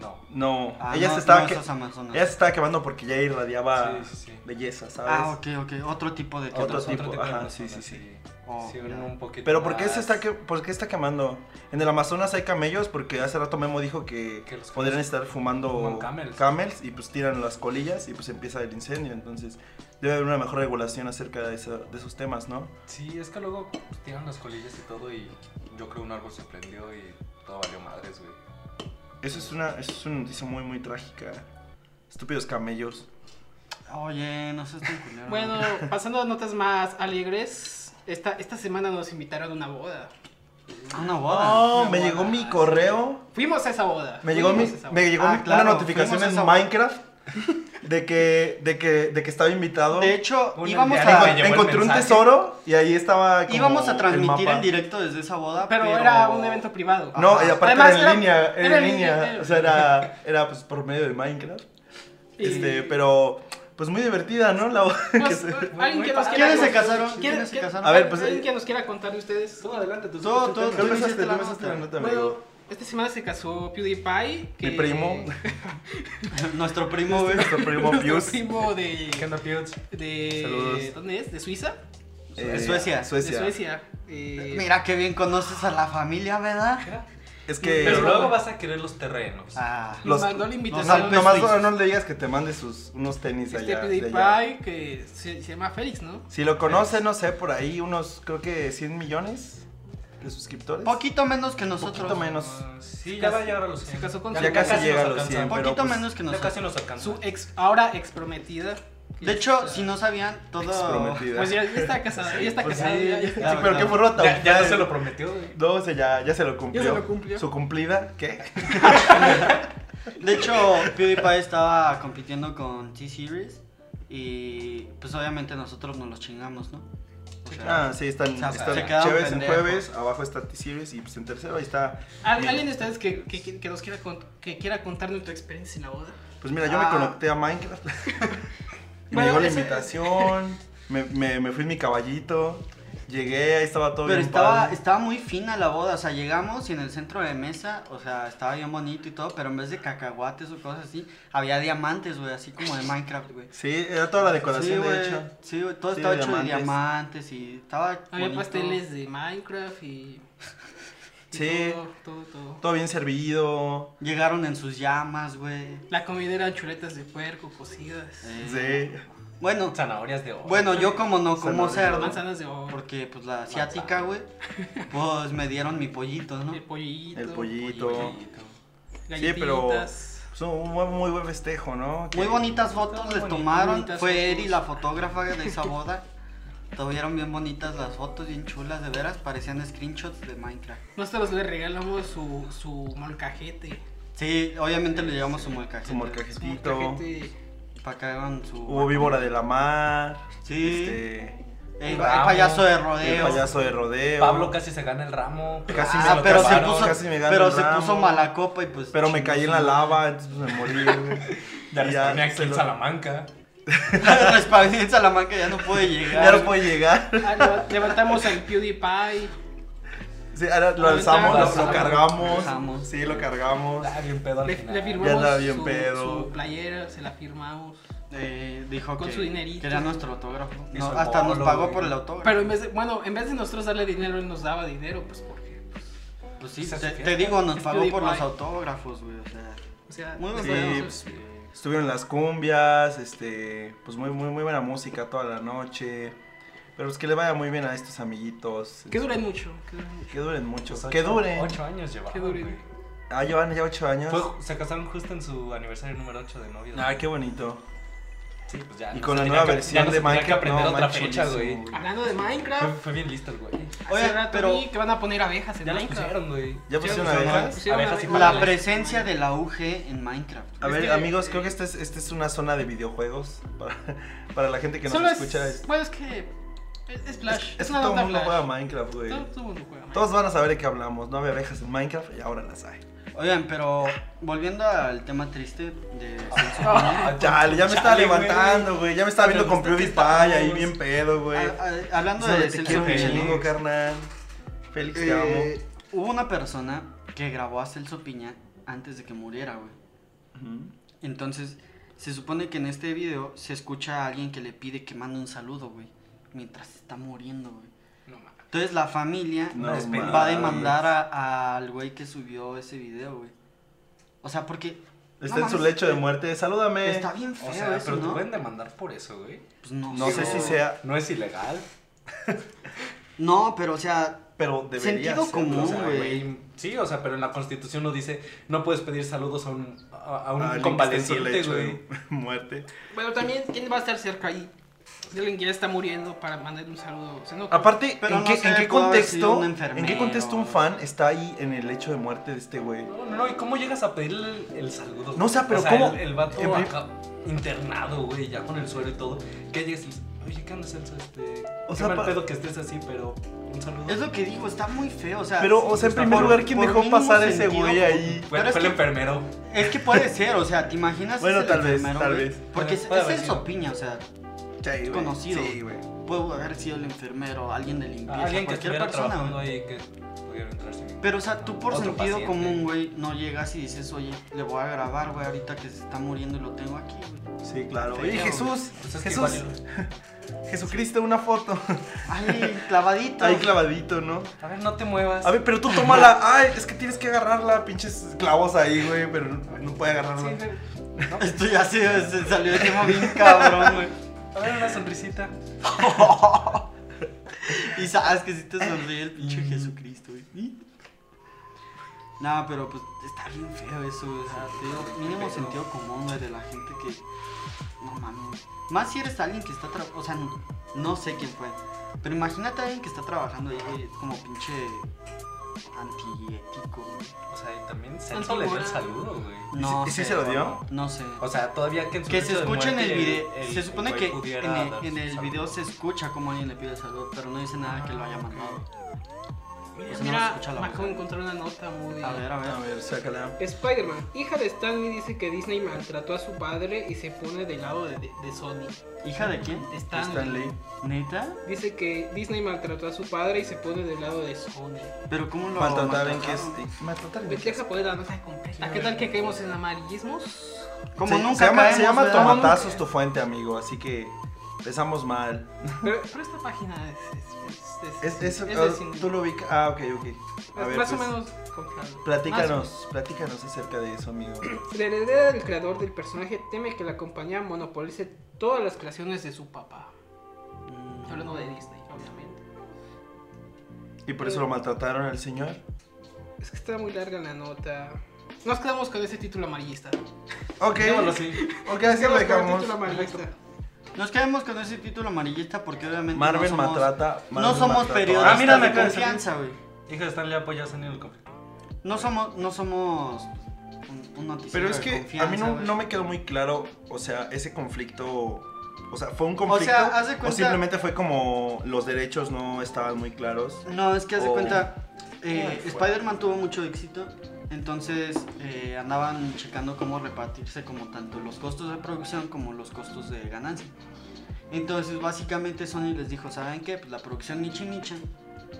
Speaker 4: No.
Speaker 1: no,
Speaker 3: Ah,
Speaker 1: ella,
Speaker 3: no,
Speaker 1: se estaba
Speaker 3: no
Speaker 1: que-
Speaker 3: esas amazonas.
Speaker 1: ella se estaba quemando porque ya irradiaba
Speaker 4: Sí, sí, sí.
Speaker 1: belleza, ¿sabes?
Speaker 3: Ah, ok, ok, otro tipo de
Speaker 1: Otro
Speaker 3: quemazo.
Speaker 1: tipo,
Speaker 4: de
Speaker 1: ajá,
Speaker 4: Amazonas,
Speaker 1: sí, sí, sí.
Speaker 3: Oh,
Speaker 4: Sí,
Speaker 3: ya.
Speaker 4: uno un poquito
Speaker 1: Pero ¿por qué,
Speaker 3: Ah,
Speaker 4: más-
Speaker 1: se está que- por qué está quemando? En el Amazonas hay camellos porque hace rato Memo dijo que,
Speaker 4: Que los
Speaker 1: podrían
Speaker 4: camellos
Speaker 1: estar fumando
Speaker 4: fuman camels.
Speaker 1: camels y pues tiran las colillas y pues empieza el incendio. Entonces debe haber una mejor regulación acerca de, eso- de esos temas, ¿no?
Speaker 4: Sí, es que luego pues, tiran las colillas y todo y yo creo un árbol se prendió y todo valió madres, güey.
Speaker 1: Eso es una, eso es una noticia muy, muy trágica. Estúpidos camellos.
Speaker 3: Oye, no seas tan culero.
Speaker 2: Bueno, pasando a notas más alegres. Esta, esta semana nos invitaron a una boda.
Speaker 3: A una boda.
Speaker 1: No,
Speaker 2: Una
Speaker 1: me
Speaker 2: boda,
Speaker 1: llegó mi
Speaker 2: sí.
Speaker 1: correo.
Speaker 2: Fuimos a esa boda.
Speaker 1: Me llegó, mi,
Speaker 2: fuimos a esa
Speaker 1: me
Speaker 2: boda.
Speaker 1: llegó
Speaker 3: Ah,
Speaker 1: mi-
Speaker 3: claro,
Speaker 1: una notificación
Speaker 3: fuimos a
Speaker 1: en
Speaker 3: esa boda.
Speaker 1: Minecraft de que, de que, de que estaba invitado.
Speaker 3: De hecho,
Speaker 4: Un
Speaker 3: íbamos
Speaker 4: aldeano
Speaker 3: a,
Speaker 4: me llegó el
Speaker 1: encontré un
Speaker 4: mensaje.
Speaker 1: tesoro y ahí estaba. como
Speaker 3: íbamos a
Speaker 1: el
Speaker 3: transmitir
Speaker 1: mapa.
Speaker 3: en directo desde esa boda.
Speaker 2: Pero era un evento privado.
Speaker 1: No,
Speaker 3: Ajá.
Speaker 1: y aparte
Speaker 2: Además,
Speaker 1: era en
Speaker 2: era-
Speaker 1: línea, era,
Speaker 2: era
Speaker 1: en
Speaker 2: en
Speaker 1: línea.
Speaker 2: línea.
Speaker 1: O sea, era, era pues por medio de Minecraft.
Speaker 2: Y-
Speaker 1: Este, pero pues muy divertida, ¿no? La boda que
Speaker 2: Pues,
Speaker 1: se-
Speaker 2: eh,
Speaker 4: muy-
Speaker 2: alguien
Speaker 4: muy
Speaker 2: que nos
Speaker 4: padre.
Speaker 2: quiera
Speaker 3: ¿Quiénes se
Speaker 2: contar-
Speaker 3: casaron?
Speaker 2: ¿Quién-
Speaker 3: ¿Quiénes se
Speaker 2: quién-
Speaker 3: casaron?
Speaker 1: A ver, pues,
Speaker 2: ¿Alguien
Speaker 1: eh.
Speaker 2: que nos quiera contar de ustedes?
Speaker 4: Tú adelante, tú.
Speaker 3: Todo, todo,
Speaker 4: tú- tú-
Speaker 1: ¿Tú
Speaker 3: todo.
Speaker 4: tú-
Speaker 1: empezaste?
Speaker 3: hiciste
Speaker 1: ¿Tú
Speaker 3: la
Speaker 1: empezaste la
Speaker 3: nota.
Speaker 1: nota,
Speaker 2: Bueno,
Speaker 1: amigo?
Speaker 2: esta semana se casó PewDiePie.
Speaker 1: Mi
Speaker 2: Que...
Speaker 1: primo.
Speaker 3: Nuestro primo, güey.
Speaker 1: Nuestro primo
Speaker 2: Nuestro
Speaker 1: Pius.
Speaker 2: primo
Speaker 4: ¿Qué
Speaker 2: de...
Speaker 4: onda, Piotr?
Speaker 2: de-
Speaker 1: Saludos.
Speaker 2: ¿Dónde es? ¿De Suiza?
Speaker 1: Eh,
Speaker 3: Suecia.
Speaker 1: Suecia.
Speaker 2: De Suecia. Eh,
Speaker 3: Mira qué bien conoces a la familia, ¿verdad?
Speaker 1: Es que.
Speaker 4: Pero luego vas a querer los terrenos.
Speaker 3: Ah.
Speaker 2: nos
Speaker 1: los-
Speaker 2: mandó la
Speaker 1: No,
Speaker 3: Los
Speaker 2: invitación.
Speaker 1: no,
Speaker 3: Alpes
Speaker 1: nomás
Speaker 3: suizos.
Speaker 1: no le digas que te mande sus unos tenis
Speaker 2: este
Speaker 1: allá, de allá.
Speaker 2: PewDiePie que se, se llama Félix, ¿no?
Speaker 1: Si lo conoce, no sé, por ahí unos, creo que 100 millones de suscriptores.
Speaker 3: Poquito menos que nosotros.
Speaker 1: Poquito menos.
Speaker 4: Ah,
Speaker 2: Se
Speaker 4: sí, ya va a
Speaker 2: casó-
Speaker 4: llegar a los 100.
Speaker 2: se casó con
Speaker 1: Ya casi
Speaker 4: nos
Speaker 1: llega a los
Speaker 4: alcanza.
Speaker 1: 100, pero
Speaker 3: Poquito
Speaker 1: pues,
Speaker 3: menos que
Speaker 4: Ya
Speaker 3: nosotros.
Speaker 4: casi nos alcanza.
Speaker 2: Su ex, ahora ex prometida.
Speaker 3: De hecho, si no sabían, todo.
Speaker 1: Exprometida.
Speaker 2: Pues ya, ya está casada, ya está
Speaker 1: Pues
Speaker 2: casada.
Speaker 1: sí,
Speaker 2: ya- ya
Speaker 1: sí,
Speaker 2: está-
Speaker 1: pero qué furro tan
Speaker 4: Ya, ya no
Speaker 1: feo.
Speaker 4: se lo prometió, güey.
Speaker 1: No, o sea, ya, ya se lo cumplió.
Speaker 2: Ya se lo cumplió.
Speaker 1: Su cumplida, ¿qué?
Speaker 3: De hecho, PewDiePie estaba compitiendo con T-Series. Y pues obviamente nosotros nos los chingamos, ¿no? O sea,
Speaker 1: Ah, sí, están,
Speaker 3: O sea,
Speaker 1: están
Speaker 3: se quedaron
Speaker 1: chéveres en
Speaker 3: pendejos.
Speaker 1: jueves, abajo está T-Series y pues en tercero ahí está.
Speaker 2: ¿Al- ¿Alguien de ustedes que, que, que nos quiera, cont- que quiera contar nuestra experiencia en la boda?
Speaker 1: Pues mira, yo
Speaker 3: Ah.
Speaker 1: me conecté a Minecraft. me
Speaker 2: Bueno,
Speaker 1: llegó la
Speaker 2: ese-
Speaker 1: invitación, me, me, me fui en mi caballito, llegué, ahí estaba todo
Speaker 3: Pero
Speaker 1: bien
Speaker 3: estaba,
Speaker 1: padre.
Speaker 3: estaba muy fina la boda, o sea, llegamos y en el centro de mesa, o sea, estaba bien bonito y todo, pero en vez de cacahuates o cosas así, había diamantes, güey, así como de Minecraft, güey.
Speaker 1: Sí, era toda la
Speaker 3: Sí,
Speaker 1: decoración,
Speaker 3: güey,
Speaker 1: de hecho.
Speaker 3: sí, güey, todo
Speaker 1: Sí,
Speaker 3: estaba
Speaker 1: de
Speaker 3: hecho de
Speaker 1: diamantes.
Speaker 3: diamantes y estaba
Speaker 2: Había
Speaker 3: bonito.
Speaker 2: pasteles de Minecraft y. y
Speaker 1: Sí.
Speaker 2: Todo, todo, todo.
Speaker 1: Todo bien servido.
Speaker 3: Llegaron en sus llamas, güey. Eh,
Speaker 2: La comida eran chuletas de puerco cocidas.
Speaker 1: Sí.
Speaker 3: Bueno,
Speaker 4: Zanahorias de "Oh, oro.
Speaker 3: bueno, yo como no como
Speaker 1: Zanahorias.
Speaker 3: cerdo,
Speaker 2: Manzanas de oro.
Speaker 3: porque pues la asiática, güey, pues me dieron mi pollito, ¿no?
Speaker 2: El pollito.
Speaker 1: El pollito. Sí,
Speaker 2: Galletitas.
Speaker 1: pero- Pues un muy, muy buen festejo, ¿no? Que-
Speaker 3: Muy bonitas fotos
Speaker 2: Muy
Speaker 3: les
Speaker 2: bonitas
Speaker 3: tomaron. Fue
Speaker 2: fotos.
Speaker 3: Eri la fotógrafa de esa boda. Tuvieron bien bonitas las fotos, bien chulas, de veras. Parecían screenshots de Minecraft.
Speaker 2: Nosotros le regalamos su, su molcajete.
Speaker 3: Sí, obviamente le llevamos su molcajete.
Speaker 1: Su Uh, molcajete.
Speaker 2: Su
Speaker 1: Tito.
Speaker 2: molcajete.
Speaker 3: Para que hagan su.
Speaker 1: Hubo víbora de la mar.
Speaker 3: Sí.
Speaker 1: Este,
Speaker 3: el, el
Speaker 4: Bravo.
Speaker 3: payaso de
Speaker 1: el
Speaker 3: rodeo.
Speaker 1: payaso de rodeo.
Speaker 4: Pablo casi se gana el ramo. pero
Speaker 1: Casi
Speaker 4: se
Speaker 3: Ah,
Speaker 1: me
Speaker 4: lo
Speaker 3: pero se
Speaker 4: acabaron.
Speaker 3: puso,
Speaker 1: casi me gano
Speaker 3: pero
Speaker 1: el
Speaker 3: se
Speaker 1: ramo.
Speaker 3: puso mala copa y pues.
Speaker 1: Pero me caí en la
Speaker 3: chingó su
Speaker 1: lava, entonces pues, me morí. güey.
Speaker 4: De
Speaker 1: Y
Speaker 4: repente
Speaker 1: ya,
Speaker 4: aquí
Speaker 1: se
Speaker 4: en
Speaker 1: lo-
Speaker 4: Salamanca.
Speaker 3: madre. Respaldé en Salamanca, ya no pude llegar.
Speaker 1: Ya no puedo llegar.
Speaker 2: Ah, leva- levantamos al PewDiePie.
Speaker 1: Sí, ahora lo
Speaker 2: Lo
Speaker 1: alzamos,
Speaker 4: alzamos,
Speaker 1: lo, lo
Speaker 4: lo
Speaker 1: cargamos.
Speaker 3: alzamos.
Speaker 1: Sí, lo cargamos.
Speaker 4: Ah, bien pedo al
Speaker 2: Le,
Speaker 4: final.
Speaker 2: le
Speaker 1: Ya andaba
Speaker 2: firmamos
Speaker 1: bien
Speaker 2: su,
Speaker 1: pedo.
Speaker 2: su playera, se la firmamos.
Speaker 3: Eh, dijo
Speaker 2: Con
Speaker 3: que,
Speaker 2: su dinerito.
Speaker 3: que era nuestro autógrafo.
Speaker 4: Y
Speaker 3: No,
Speaker 4: su
Speaker 3: hasta nos
Speaker 4: bolo,
Speaker 3: pagó
Speaker 4: güey.
Speaker 3: por el autógrafo.
Speaker 2: Pero en vez de, bueno, en vez de nosotros darle dinero, él nos daba dinero, pues porque. pues,
Speaker 3: Pues sí,
Speaker 4: Esa
Speaker 3: te,
Speaker 4: es su
Speaker 3: te digo, nos
Speaker 2: Es
Speaker 3: pagó por
Speaker 2: PewDiePie.
Speaker 3: los autógrafos, güey. O sea,
Speaker 2: o sea,
Speaker 3: Muy
Speaker 4: pues
Speaker 3: buen
Speaker 2: nos
Speaker 1: pedo.
Speaker 2: damos-
Speaker 1: Sí, pues, Estuvieron las cumbias, este, pues muy, muy, muy buena música toda la noche. Pero pues que le vaya muy bien a estos amiguitos. Este,
Speaker 2: Que duren mucho. Que duren mucho.
Speaker 1: Que duren mucho.
Speaker 4: Pues ocho-
Speaker 1: Que duren.
Speaker 4: Ocho años llevaba.
Speaker 2: Que duren.
Speaker 4: güey.
Speaker 1: Ah, llevan ya ocho años.
Speaker 4: Fue- se casaron justo en su aniversario número 8 de novios.
Speaker 1: Ah, qué bonito.
Speaker 4: Sí, pues ya
Speaker 1: Y
Speaker 4: no
Speaker 1: con
Speaker 4: se
Speaker 1: la
Speaker 4: tenía
Speaker 1: nueva
Speaker 4: que- ya
Speaker 1: versión
Speaker 4: no
Speaker 1: de
Speaker 4: se tenía
Speaker 1: Minecraft.
Speaker 4: que aprender
Speaker 1: no,
Speaker 4: otra
Speaker 1: manches,
Speaker 4: fecha,
Speaker 1: chulísimo,
Speaker 4: güey.
Speaker 2: Hablando de
Speaker 4: Fue,
Speaker 2: Minecraft,
Speaker 4: fue bien listo el güey.
Speaker 3: Oye,
Speaker 2: hace rato
Speaker 3: pero-
Speaker 2: vi que van a poner abejas en
Speaker 4: Ya los
Speaker 2: Minecraft.
Speaker 4: pusieron, güey.
Speaker 1: ¿Ya pusieron
Speaker 4: las
Speaker 1: abejas?
Speaker 4: Abejas y
Speaker 2: Abejas.
Speaker 4: mala
Speaker 3: La
Speaker 2: Órale.
Speaker 3: presencia de la UG en Minecraft.
Speaker 1: A
Speaker 2: Es
Speaker 1: ver,
Speaker 2: que-
Speaker 1: amigos, creo que esta es, esta es una zona de videojuegos. Para, para la gente que nos
Speaker 2: Solo es-
Speaker 1: escucha. Es,
Speaker 2: Bueno, es que. Es, es Flash.
Speaker 1: es
Speaker 2: Es,
Speaker 1: que
Speaker 2: una
Speaker 1: todo el
Speaker 2: nota
Speaker 1: mundo
Speaker 2: Flash.
Speaker 1: juega Minecraft, güey.
Speaker 2: Todo, todo el mundo juega.
Speaker 1: Todos van a saber de qué hablamos. No había abejas en Minecraft y ahora las hay.
Speaker 3: Oigan, pero volviendo al tema triste de
Speaker 4: Ah,
Speaker 1: Chale, ya me estaba
Speaker 4: chale, güey.
Speaker 1: levantando, güey. Ya me estaba viendo
Speaker 4: Pero
Speaker 1: con
Speaker 4: pues,
Speaker 1: PewDiePie
Speaker 4: ¿qué estamos?
Speaker 1: ahí bien pedo, güey.
Speaker 3: A- a- Ah, hablando
Speaker 1: Diciéndole,
Speaker 3: de
Speaker 1: Te
Speaker 3: Celso
Speaker 1: quiero un
Speaker 4: Piña.
Speaker 3: Piña,
Speaker 1: chingo, carnal. Félix, te
Speaker 3: eh,
Speaker 1: amo.
Speaker 3: hubo una persona que grabó a Celso Piña antes de que muriera, güey. Entonces, se supone que en este video se escucha a alguien que le pide que mande un saludo, güey, mientras está muriendo, güey.
Speaker 4: No mames.
Speaker 3: Entonces, la familia
Speaker 1: No
Speaker 4: mames.
Speaker 3: va a demandar a- al güey que subió ese video, güey. O sea, porque
Speaker 1: Está
Speaker 3: No
Speaker 1: en su
Speaker 3: mames, eh,
Speaker 1: lecho de muerte. Salúdame.
Speaker 3: está bien feo
Speaker 4: O sea,
Speaker 3: eso,
Speaker 4: pero te
Speaker 3: ¿no?
Speaker 4: pueden demandar por eso, güey.
Speaker 3: Pues no,
Speaker 1: No sé si
Speaker 3: güey.
Speaker 1: sea.
Speaker 4: No es ilegal.
Speaker 3: No, pero o sea,
Speaker 1: Pero debería
Speaker 3: Sentido
Speaker 1: ser,
Speaker 3: común,
Speaker 1: o
Speaker 4: O
Speaker 1: sea,
Speaker 4: sea,
Speaker 3: güey.
Speaker 4: güey, Sí, o sea, pero en la constitución no dice, no puedes pedir saludos a un, a, a un
Speaker 3: Ah,
Speaker 1: alguien que está en su
Speaker 4: convaleciente,
Speaker 3: eh.
Speaker 1: lecho de
Speaker 4: güey.
Speaker 1: Muerte.
Speaker 2: Bueno, también, ¿quién va a estar cerca ahí? Alguien que ya está muriendo para mandarle un saludo. Se enoja.
Speaker 1: Aparte,
Speaker 3: Pero
Speaker 1: ¿en,
Speaker 3: no
Speaker 1: qué,
Speaker 3: sé,
Speaker 1: en qué
Speaker 3: pudo haber sido
Speaker 1: contexto,
Speaker 3: un
Speaker 1: ¿en qué contexto un
Speaker 3: enfermero.
Speaker 1: fan está ahí en el hecho de muerte de este güey?
Speaker 4: No, no, no, ¿y cómo llegas a pedirle el, el saludo?
Speaker 1: No, o sea, pero ¿cómo?
Speaker 4: El, el vato
Speaker 3: Eh,
Speaker 1: En prim-
Speaker 4: acá internado, güey, ya con el suero y todo. Que llegas y dices, oye, ¿qué onda, Celso? Este,
Speaker 1: O sea,
Speaker 4: o sea, mal
Speaker 1: pa-
Speaker 4: pedo que estés así, pero un saludo.
Speaker 3: Es lo que digo, está muy feo, o sea.
Speaker 1: Pero, o sea, en
Speaker 4: está
Speaker 1: primer
Speaker 4: por-
Speaker 1: lugar, ¿quién
Speaker 3: por
Speaker 1: dejó
Speaker 3: mínimo
Speaker 1: pasar ese
Speaker 3: sentido,
Speaker 1: güey
Speaker 3: por-
Speaker 1: ahí?
Speaker 4: Fue,
Speaker 3: pero es
Speaker 4: fue el
Speaker 3: que-
Speaker 4: enfermero.
Speaker 3: Es que puede ser, o sea, ¿te imaginas?
Speaker 1: Bueno,
Speaker 3: es el
Speaker 1: tal vez,
Speaker 3: enfermero,
Speaker 1: tal
Speaker 3: güey?
Speaker 1: vez.
Speaker 3: Porque es,
Speaker 4: Puede
Speaker 3: es
Speaker 4: haber
Speaker 3: en su
Speaker 4: sido.
Speaker 3: opinión, o sea,
Speaker 1: Sí, güey.
Speaker 3: conocido.
Speaker 1: Sí, güey.
Speaker 3: puede haber sido el enfermero, alguien de limpieza,
Speaker 4: Alguien que
Speaker 3: cualquier
Speaker 4: estuviera
Speaker 3: persona,
Speaker 4: trabajando
Speaker 3: güey.
Speaker 4: ahí que pudiera entrar sin
Speaker 3: Pero, o sea, tú por
Speaker 4: Otro
Speaker 3: sentido
Speaker 4: paciente.
Speaker 3: común, güey, no llegas y dices, oye, le voy a grabar, güey, ahorita que se está muriendo y lo tengo aquí, güey.
Speaker 1: Sí, claro.
Speaker 3: Feo,
Speaker 1: Oye,
Speaker 3: güey.
Speaker 1: Jesús,
Speaker 4: Pues es que
Speaker 1: Jesús,
Speaker 4: igual-
Speaker 1: Jesucristo, una foto.
Speaker 3: Ay, clavadito.
Speaker 1: Ahí clavadito, ¿no?
Speaker 4: A ver, no te muevas.
Speaker 1: A ver, pero tú tómala. Ay, es que tienes que agarrarla, pinches clavos ahí, güey, pero no no puede
Speaker 4: Sí,
Speaker 1: agarrarla.
Speaker 4: güey. No,
Speaker 3: Esto ya se, se salió de tema bien cabrón, güey.
Speaker 4: A ver, una sonrisita.
Speaker 3: Y sabes que si te sonríe el pinche Jesucristo, güey. No, pero pues está bien feo eso, güey. O sea, te digo, mínimo
Speaker 4: Feo.
Speaker 3: sentido común, güey, de la gente que. No mames. Más si eres alguien que está trabajando. O sea, no, no sé quién fue. Pero imagínate a alguien que está trabajando ahí, güey, como pinche antiético, güey.
Speaker 4: O sea, y también Celso le dio el saludo, güey.
Speaker 3: No
Speaker 1: ¿Y si- y si
Speaker 3: sé,
Speaker 1: se lo dio?
Speaker 3: güey, No sé.
Speaker 4: O sea, todavía que en su
Speaker 3: Que
Speaker 4: lecho
Speaker 3: se
Speaker 4: de
Speaker 3: escucha en el
Speaker 4: muerte
Speaker 3: video.
Speaker 4: el-
Speaker 3: se
Speaker 4: el
Speaker 3: supone
Speaker 4: güey
Speaker 3: que en
Speaker 4: pudiera
Speaker 3: el,
Speaker 4: dar
Speaker 3: en
Speaker 4: su
Speaker 3: el
Speaker 4: saludo.
Speaker 3: video se escucha como alguien le pide salud, pero no dice nada que lo haya
Speaker 4: Ah, ok.
Speaker 3: mandado.
Speaker 2: Mira,
Speaker 3: Pues no se escucha
Speaker 2: me
Speaker 3: la voz.
Speaker 2: acabo de encontrar una nota muy.
Speaker 3: A ver, a ver.
Speaker 1: A ver, sácala.
Speaker 2: Spider-Man, hija de Stan Lee dice que Disney maltrató a su padre y se pone del lado de, de- de Sony.
Speaker 3: ¿Hija de quién?
Speaker 2: De Stan,
Speaker 1: Stanley.
Speaker 2: Lee.
Speaker 3: ¿Neta?
Speaker 2: Dice que Disney maltrató a su padre y se pone del lado de Sony.
Speaker 3: ¿Pero cómo lo
Speaker 1: Maltratar en este- qué es.
Speaker 3: maltrataron?
Speaker 1: Maltratar en
Speaker 2: Vete a poner Pues la nota completa. Ah, ¿Qué tal que caemos en amarillismos?
Speaker 3: este- Como
Speaker 1: Se-
Speaker 3: nunca
Speaker 1: se llama,
Speaker 3: caemos,
Speaker 1: se llama
Speaker 3: ¿verdad?
Speaker 1: Tomatazos tu fuente, amigo, así que empezamos mal.
Speaker 2: Pero, pero esta página es. es-
Speaker 1: Es,
Speaker 2: Es,
Speaker 1: es-
Speaker 2: es
Speaker 1: ah,
Speaker 2: de cine.
Speaker 1: tú lo ubicas. Ah, ok, ok. A
Speaker 2: Es
Speaker 1: ver,
Speaker 2: más o
Speaker 1: pues,
Speaker 2: menos confiable. Más
Speaker 1: Platícanos, platícanos acerca de eso, amigo.
Speaker 2: La heredera del creador del personaje teme que la compañía monopolice todas las creaciones de su papá.
Speaker 1: Mm.
Speaker 2: Hablando de Disney, obviamente.
Speaker 1: ¿Y por eso lo maltrataron al señor?
Speaker 2: Es que está muy larga la nota. Nos quedamos con ese título amarillista.
Speaker 1: Ok,
Speaker 4: Déjalo así.
Speaker 1: ok, así lo
Speaker 2: Nos quedamos con el
Speaker 1: dejamos.
Speaker 2: título amarillista.
Speaker 3: Nos quedamos con ese título amarillista porque obviamente
Speaker 1: Marvel
Speaker 3: no somos,
Speaker 1: maltrata.
Speaker 3: no
Speaker 1: Marvel
Speaker 3: somos
Speaker 1: maltrató a
Speaker 3: periodistas
Speaker 4: Ah, mira, me
Speaker 3: de
Speaker 4: acaba de
Speaker 3: confianza, güey.
Speaker 4: Hija de Stanley apoya a Sony en el conflicto.
Speaker 3: No somos, no somos un, un noticiero
Speaker 1: Pero es
Speaker 3: de
Speaker 1: que a
Speaker 3: confianza,
Speaker 1: mí no,
Speaker 3: güey.
Speaker 1: no me quedó muy claro, o sea, ese conflicto, o sea, ¿fue un
Speaker 3: O
Speaker 1: conflicto?
Speaker 3: sea, haz de
Speaker 1: o
Speaker 3: cuenta-
Speaker 1: simplemente fue como los derechos no estaban muy claros?
Speaker 3: No, es que haz de
Speaker 1: Oh.
Speaker 3: cuenta, eh,
Speaker 1: Ay, fue.
Speaker 3: Spider-Man tuvo mucho éxito, entonces eh, andaban checando cómo repartirse como tanto los costos de producción como los costos de ganancia. Entonces básicamente Sony les dijo, ¿saben qué? Pues la producción nicha y nicha,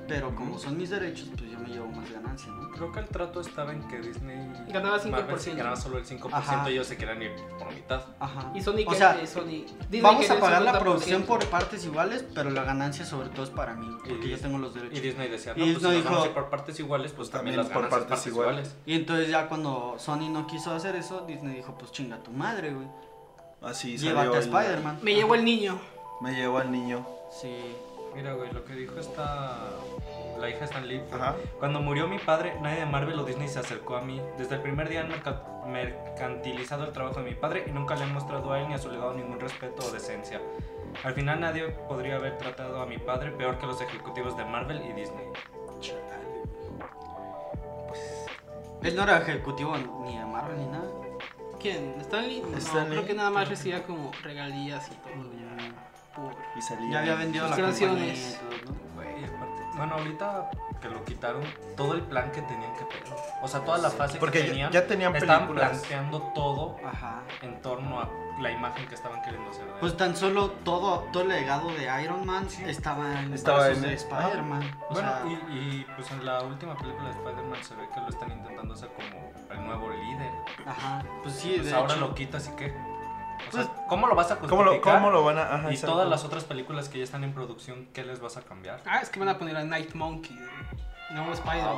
Speaker 3: pero como son mis derechos, pues yo me llevo más ganancia, ¿no?
Speaker 4: Creo que el trato estaba en que Disney
Speaker 2: Ganaba
Speaker 4: Marvel
Speaker 2: 5%.
Speaker 4: se ganaba solo el 5%
Speaker 3: Ajá.
Speaker 4: y ellos se querían ir por la mitad.
Speaker 3: Ajá.
Speaker 2: Y Sony,
Speaker 3: O
Speaker 2: que-
Speaker 3: sea,
Speaker 2: eh, Sony- Disney
Speaker 3: Vamos
Speaker 2: quería
Speaker 3: a
Speaker 2: el
Speaker 3: pagar la
Speaker 2: 70%.
Speaker 3: producción por partes iguales, pero la ganancia sobre todo es para mí,
Speaker 4: Y
Speaker 3: porque yo
Speaker 4: Dis-
Speaker 3: tengo los
Speaker 4: Y
Speaker 3: derechos.
Speaker 4: Disney decía,
Speaker 3: Y
Speaker 4: no, pues si
Speaker 3: Disney
Speaker 4: nos vamos a
Speaker 3: dijo-
Speaker 4: ir por partes iguales, pues también,
Speaker 1: También
Speaker 4: las
Speaker 1: por
Speaker 4: ganancias
Speaker 1: partes
Speaker 4: partes,
Speaker 1: iguales.
Speaker 4: iguales.
Speaker 3: Y entonces ya cuando Sony no quiso hacer eso, Disney dijo, pues chinga tu madre, güey.
Speaker 1: Así salió
Speaker 3: Llévate a
Speaker 1: el-
Speaker 3: Spider-Man.
Speaker 2: Me llevó el niño.
Speaker 1: Me llevó al niño.
Speaker 3: Sí.
Speaker 4: Mira, güey, lo que dijo esta... La hija de Stanley
Speaker 1: Ajá.
Speaker 4: Cuando murió mi padre, nadie de Marvel o Disney se acercó a mí. Desde el primer día han merca- mercantilizado el trabajo de mi padre y nunca le han mostrado a él ni a su legado ningún respeto o decencia. Al final nadie podría haber tratado a mi padre peor que los ejecutivos de Marvel y Disney.
Speaker 3: Él no era ejecutivo ni de Marvel ni nada.
Speaker 2: ¿Quién? ¿Stanley? No,
Speaker 1: Stan Lee.
Speaker 2: creo que nada más recibía como regalías y todo. Por...
Speaker 1: Y salí.
Speaker 3: Ya había vendido la compañía
Speaker 2: Frustraciones.
Speaker 3: y todo, ¿no?
Speaker 4: Güey, aparte- Bueno, ahorita que lo quitaron, todo el plan que tenían que pedo. O sea, toda la fase
Speaker 1: Porque
Speaker 4: que
Speaker 1: ya-
Speaker 4: tenían.
Speaker 1: ya tenían
Speaker 4: estaban
Speaker 1: películas.
Speaker 4: planteando todo
Speaker 3: Ajá.
Speaker 4: en torno a la imagen que estaban queriendo hacer. de él.
Speaker 3: Pues tan solo todo, todo el legado de Iron Man estaba en
Speaker 1: Estaba
Speaker 3: brazos
Speaker 1: en-
Speaker 3: de Spider-Man. O
Speaker 4: Ah, Bueno,
Speaker 3: sea,
Speaker 4: y, y, pues en la última película de Spider-Man se ve que lo están intentando hacer como el nuevo líder.
Speaker 3: ajá. Pues sí,
Speaker 4: Pues
Speaker 3: de
Speaker 4: ahora
Speaker 3: hecho.
Speaker 4: lo quitas y qué. O
Speaker 3: Pues-
Speaker 4: sea, ¿cómo lo vas a
Speaker 1: ¿Cómo
Speaker 4: justificar?
Speaker 1: lo, ¿Cómo lo van a.? ajá,
Speaker 4: y
Speaker 1: exacto.
Speaker 4: todas las otras películas que ya están en producción, ¿qué les vas a cambiar?
Speaker 2: Ah, es que van a poner a Night Monkey. de- No Spider-Man.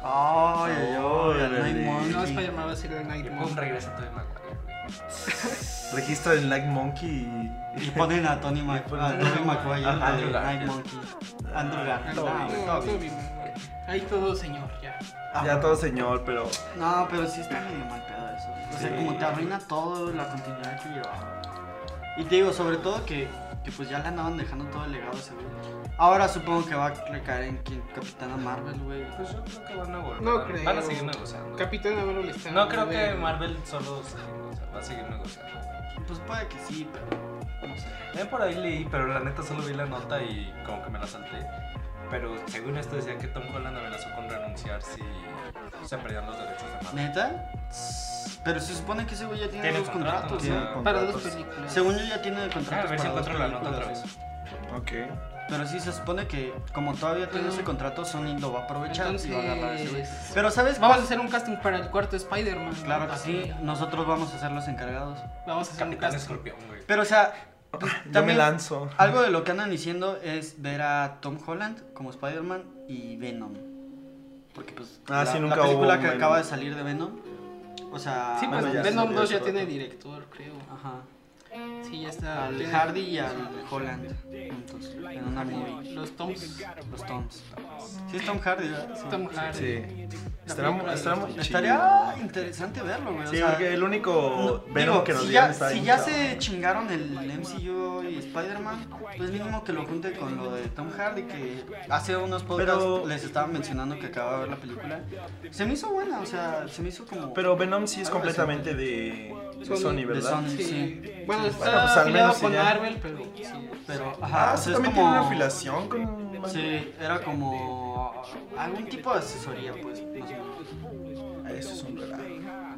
Speaker 4: Ojalá.
Speaker 3: Ay, ay, ay,
Speaker 1: Órale.
Speaker 3: Night Monkey.
Speaker 2: No Spider-Man va a ser el Night
Speaker 4: Y
Speaker 3: pues,
Speaker 4: pum,
Speaker 2: Monkey.
Speaker 4: regresa todo de Maguire, güey.
Speaker 1: Registro del Like Monkey y.
Speaker 3: Y ponen a Tony Mac-
Speaker 1: ponen
Speaker 3: a Tobey Maguire,
Speaker 1: Ajá.
Speaker 3: al de
Speaker 4: Andrew
Speaker 3: Night
Speaker 4: Garfield.
Speaker 3: Monkey. Andrew
Speaker 2: Ah,
Speaker 3: Garfield.
Speaker 2: no,
Speaker 3: Ah, güey,
Speaker 2: no,
Speaker 3: Tobey.
Speaker 2: Toby. Ahí todo señor, ya.
Speaker 3: Ah,
Speaker 1: Ya todo señor, pero.
Speaker 3: No, pero sí está medio mal pedo eso. O sea,
Speaker 1: Sí.
Speaker 3: como te arruina todo la continuidad que llevaba. Y te digo, sobre todo que, que que pues ya le andaban dejando todo el legado a ese güey. Ahora supongo que va a recaer en quien- Capitana Marvel, güey.
Speaker 4: Pues yo creo que van a volver.
Speaker 2: No
Speaker 4: a-
Speaker 2: creo.
Speaker 4: Van a seguir negociando.
Speaker 2: Capitán Marvel está.
Speaker 4: no creo que
Speaker 2: Marvel
Speaker 4: Marvel solo se negocia, va a seguir negociando.
Speaker 3: Pues puede que sí, pero no sé.
Speaker 4: También por ahí leí, pero la neta solo vi la nota y como que me la salté. Pero según esto decía que Tom Holland amenazó con renunciar si se perdían los derechos de Marvel.
Speaker 3: ¿Neta? Pero se supone que ese güey ya tiene
Speaker 4: Tiene
Speaker 3: los
Speaker 4: contrato,
Speaker 3: contratos.
Speaker 4: o sea,
Speaker 3: ¿no?
Speaker 2: Para dos
Speaker 1: Contratos.
Speaker 2: películas.
Speaker 3: Según yo ya tiene
Speaker 4: Ah,
Speaker 3: contratos.
Speaker 4: a ver si
Speaker 3: para dos
Speaker 4: encuentro la nota otra
Speaker 3: películas.
Speaker 4: vez.
Speaker 1: Ok.
Speaker 3: Pero sí, se supone que como todavía tiene
Speaker 2: Mm.
Speaker 3: ese contrato, Sony lo va a aprovechar y va a agarrar a ese güey.
Speaker 2: Entonces.
Speaker 3: Pero ¿sabes
Speaker 2: Vamos a
Speaker 3: cuál?
Speaker 2: hacer un casting para el cuarto Spider-Man. ¿no?
Speaker 3: Claro que
Speaker 2: Así,
Speaker 3: sí, nosotros vamos a ser los encargados.
Speaker 2: Vamos a hacer un
Speaker 4: Capitán
Speaker 2: casting.
Speaker 4: Escorpión, güey.
Speaker 3: Pero o sea, pues,
Speaker 1: Yo me
Speaker 3: también
Speaker 1: lanzo.
Speaker 3: algo de lo que andan diciendo es ver a Tom Holland como Spider-Man y Venom. Porque pues
Speaker 1: Ah,
Speaker 3: la,
Speaker 1: sí,
Speaker 3: la
Speaker 1: nunca
Speaker 3: película
Speaker 1: hubo
Speaker 3: que
Speaker 1: un
Speaker 3: acaba de
Speaker 1: Venom.
Speaker 3: salir de Venom, o sea,
Speaker 2: Sí,
Speaker 1: Ah, bueno,
Speaker 2: pues
Speaker 1: ya
Speaker 2: Venom
Speaker 1: salió
Speaker 2: 2
Speaker 1: hace
Speaker 2: ya tiene
Speaker 1: rato.
Speaker 2: director, creo.
Speaker 3: ajá,
Speaker 2: Sí, ya está.
Speaker 3: Ah. al
Speaker 2: tiene-
Speaker 3: Hardy y al Holland juntos en una movie,
Speaker 2: Los Toms.
Speaker 3: los Toms. Sí es Tom Hardy, ¿verdad? Sí.
Speaker 2: Tom Hardy.
Speaker 1: Sí.
Speaker 2: La
Speaker 1: Estará, mu-
Speaker 2: película de
Speaker 1: estará
Speaker 2: los
Speaker 1: muy chido.
Speaker 3: Estaría interesante verlo, güey. o
Speaker 1: Sí,
Speaker 3: sea,
Speaker 1: porque el único
Speaker 3: No,
Speaker 1: Venom
Speaker 3: digo,
Speaker 1: que nos
Speaker 3: si
Speaker 1: dieron
Speaker 3: ya,
Speaker 1: está
Speaker 3: si
Speaker 1: bien
Speaker 3: ya
Speaker 1: chavo.
Speaker 3: se chingaron el MCU y Spider-Man, pues mínimo que lo junte con lo de Tom Hardy, que hace unos podcasts
Speaker 1: Pero-
Speaker 3: les estaba mencionando que acaba de ver la película. Se me hizo buena, o sea, se me hizo como...
Speaker 1: Pero Venom sí es
Speaker 3: Algo así.
Speaker 1: completamente de, de
Speaker 2: Sony.
Speaker 1: Sony,
Speaker 2: De
Speaker 1: ¿verdad?
Speaker 3: Sony.
Speaker 2: Sí.
Speaker 3: Sí.
Speaker 2: Bueno,
Speaker 1: Sí.
Speaker 2: está
Speaker 1: Bueno, pues, al
Speaker 2: afiliado
Speaker 1: menos sí
Speaker 2: con
Speaker 1: ya.
Speaker 2: Marvel, pero sí.
Speaker 3: Pero, ajá,
Speaker 1: Ah,
Speaker 3: o
Speaker 1: sí,
Speaker 3: sea, es
Speaker 1: también
Speaker 3: como...
Speaker 1: tiene una afiliación con...
Speaker 3: Sí, era como algún tipo de asesoría, pues, más o menos.
Speaker 1: Ah, Eso es un relajo.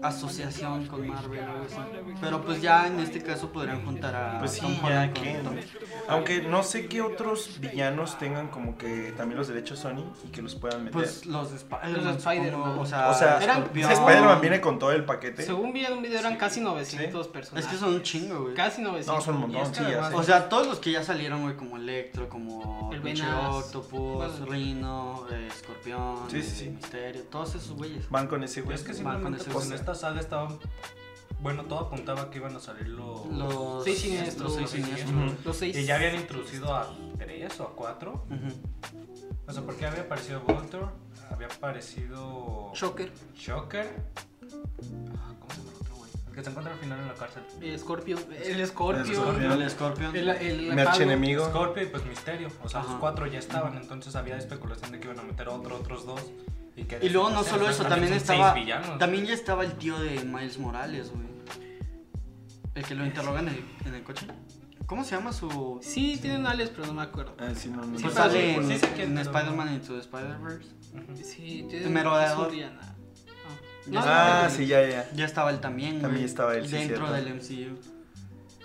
Speaker 3: asociación con Marvel o algo así. Pero pues ya en este caso podrían juntar a
Speaker 1: Pues sí,
Speaker 3: Tom
Speaker 1: ya
Speaker 3: Holland con
Speaker 1: que...
Speaker 3: Tom.
Speaker 1: Aunque no sé qué otros villanos tengan como que también los derechos Sony y que los puedan meter.
Speaker 3: Pues ah, los de Spider-Man.
Speaker 2: Los de Spider-Man.
Speaker 3: supongo, O sea,
Speaker 1: o sea,
Speaker 2: eran-
Speaker 1: si
Speaker 3: Escorpión.
Speaker 1: Spider-Man viene con todo el paquete.
Speaker 2: Según vi en un video eran casi 900
Speaker 3: Es
Speaker 2: personajes.
Speaker 3: que son un chingo, güey.
Speaker 2: Casi 900.
Speaker 1: No, son un montón,
Speaker 2: Y es que
Speaker 1: sí, ya
Speaker 2: además-
Speaker 1: sé.
Speaker 3: O sea, todos los que ya salieron, güey, como Electro, como
Speaker 2: El
Speaker 3: pinche
Speaker 2: Venas.
Speaker 3: Octopus,
Speaker 2: Bueno.
Speaker 3: Rhino, eh, Escorpión,
Speaker 1: Sí, sí,
Speaker 3: eh,
Speaker 1: sí.
Speaker 3: Misterio, todos esos güeyes.
Speaker 1: Van con ese güey.
Speaker 4: Es que
Speaker 3: Van con
Speaker 4: simplemente
Speaker 3: ese
Speaker 4: pues, en
Speaker 3: gusto.
Speaker 4: esta saga estaban. Bueno, todo apuntaba que iban a salir los.
Speaker 3: Los
Speaker 2: Seis siniestros.
Speaker 3: los seis
Speaker 4: Los seis
Speaker 3: siniestros.
Speaker 1: Ujú.
Speaker 2: Los seis.
Speaker 4: Y ya habían introducido a tres o a cuatro.
Speaker 3: Ujú.
Speaker 4: O sea, porque había aparecido Voltor, había aparecido.
Speaker 2: Shocker,
Speaker 4: Shocker. Ah, ¿Cómo se llama el otro güey? El que se encuentra al final en la cárcel.
Speaker 2: el Scorpio, el
Speaker 1: El Scorpio.
Speaker 2: Scorpio,
Speaker 3: El Escorpión.
Speaker 2: el, eh, el
Speaker 1: Merchenemigo.
Speaker 4: Scorpio y pues Misterio. O sea, los
Speaker 3: Ajá.
Speaker 4: cuatro ya estaban. Entonces había especulación de que iban a meter otro, otros dos. Y, que
Speaker 3: Y luego no solo
Speaker 4: Entonces,
Speaker 3: eso, también
Speaker 4: son
Speaker 3: estaba.
Speaker 4: Seis villanos.
Speaker 3: También ya estaba el tío de Miles Morales, güey. El que lo interroga en el, en el coche. ¿Cómo se llama su.
Speaker 2: Sí, tienen alias, pero no me acuerdo.
Speaker 1: Ah, sí, no, no.
Speaker 3: Sí,
Speaker 4: pero-
Speaker 3: sale en,
Speaker 4: sí sé quién,
Speaker 3: en
Speaker 4: pero-
Speaker 3: Spider-Man Into the Spider-Verse.
Speaker 4: Ujú.
Speaker 2: Sí,
Speaker 3: El
Speaker 2: tienen
Speaker 3: merodeador.
Speaker 2: es Oriana. No. No,
Speaker 1: ah,
Speaker 2: no, no,
Speaker 1: sí, ya, ya.
Speaker 3: Ya estaba él también, güey.
Speaker 1: También estaba él, sí,
Speaker 3: Dentro
Speaker 1: cierto.
Speaker 3: del MCU.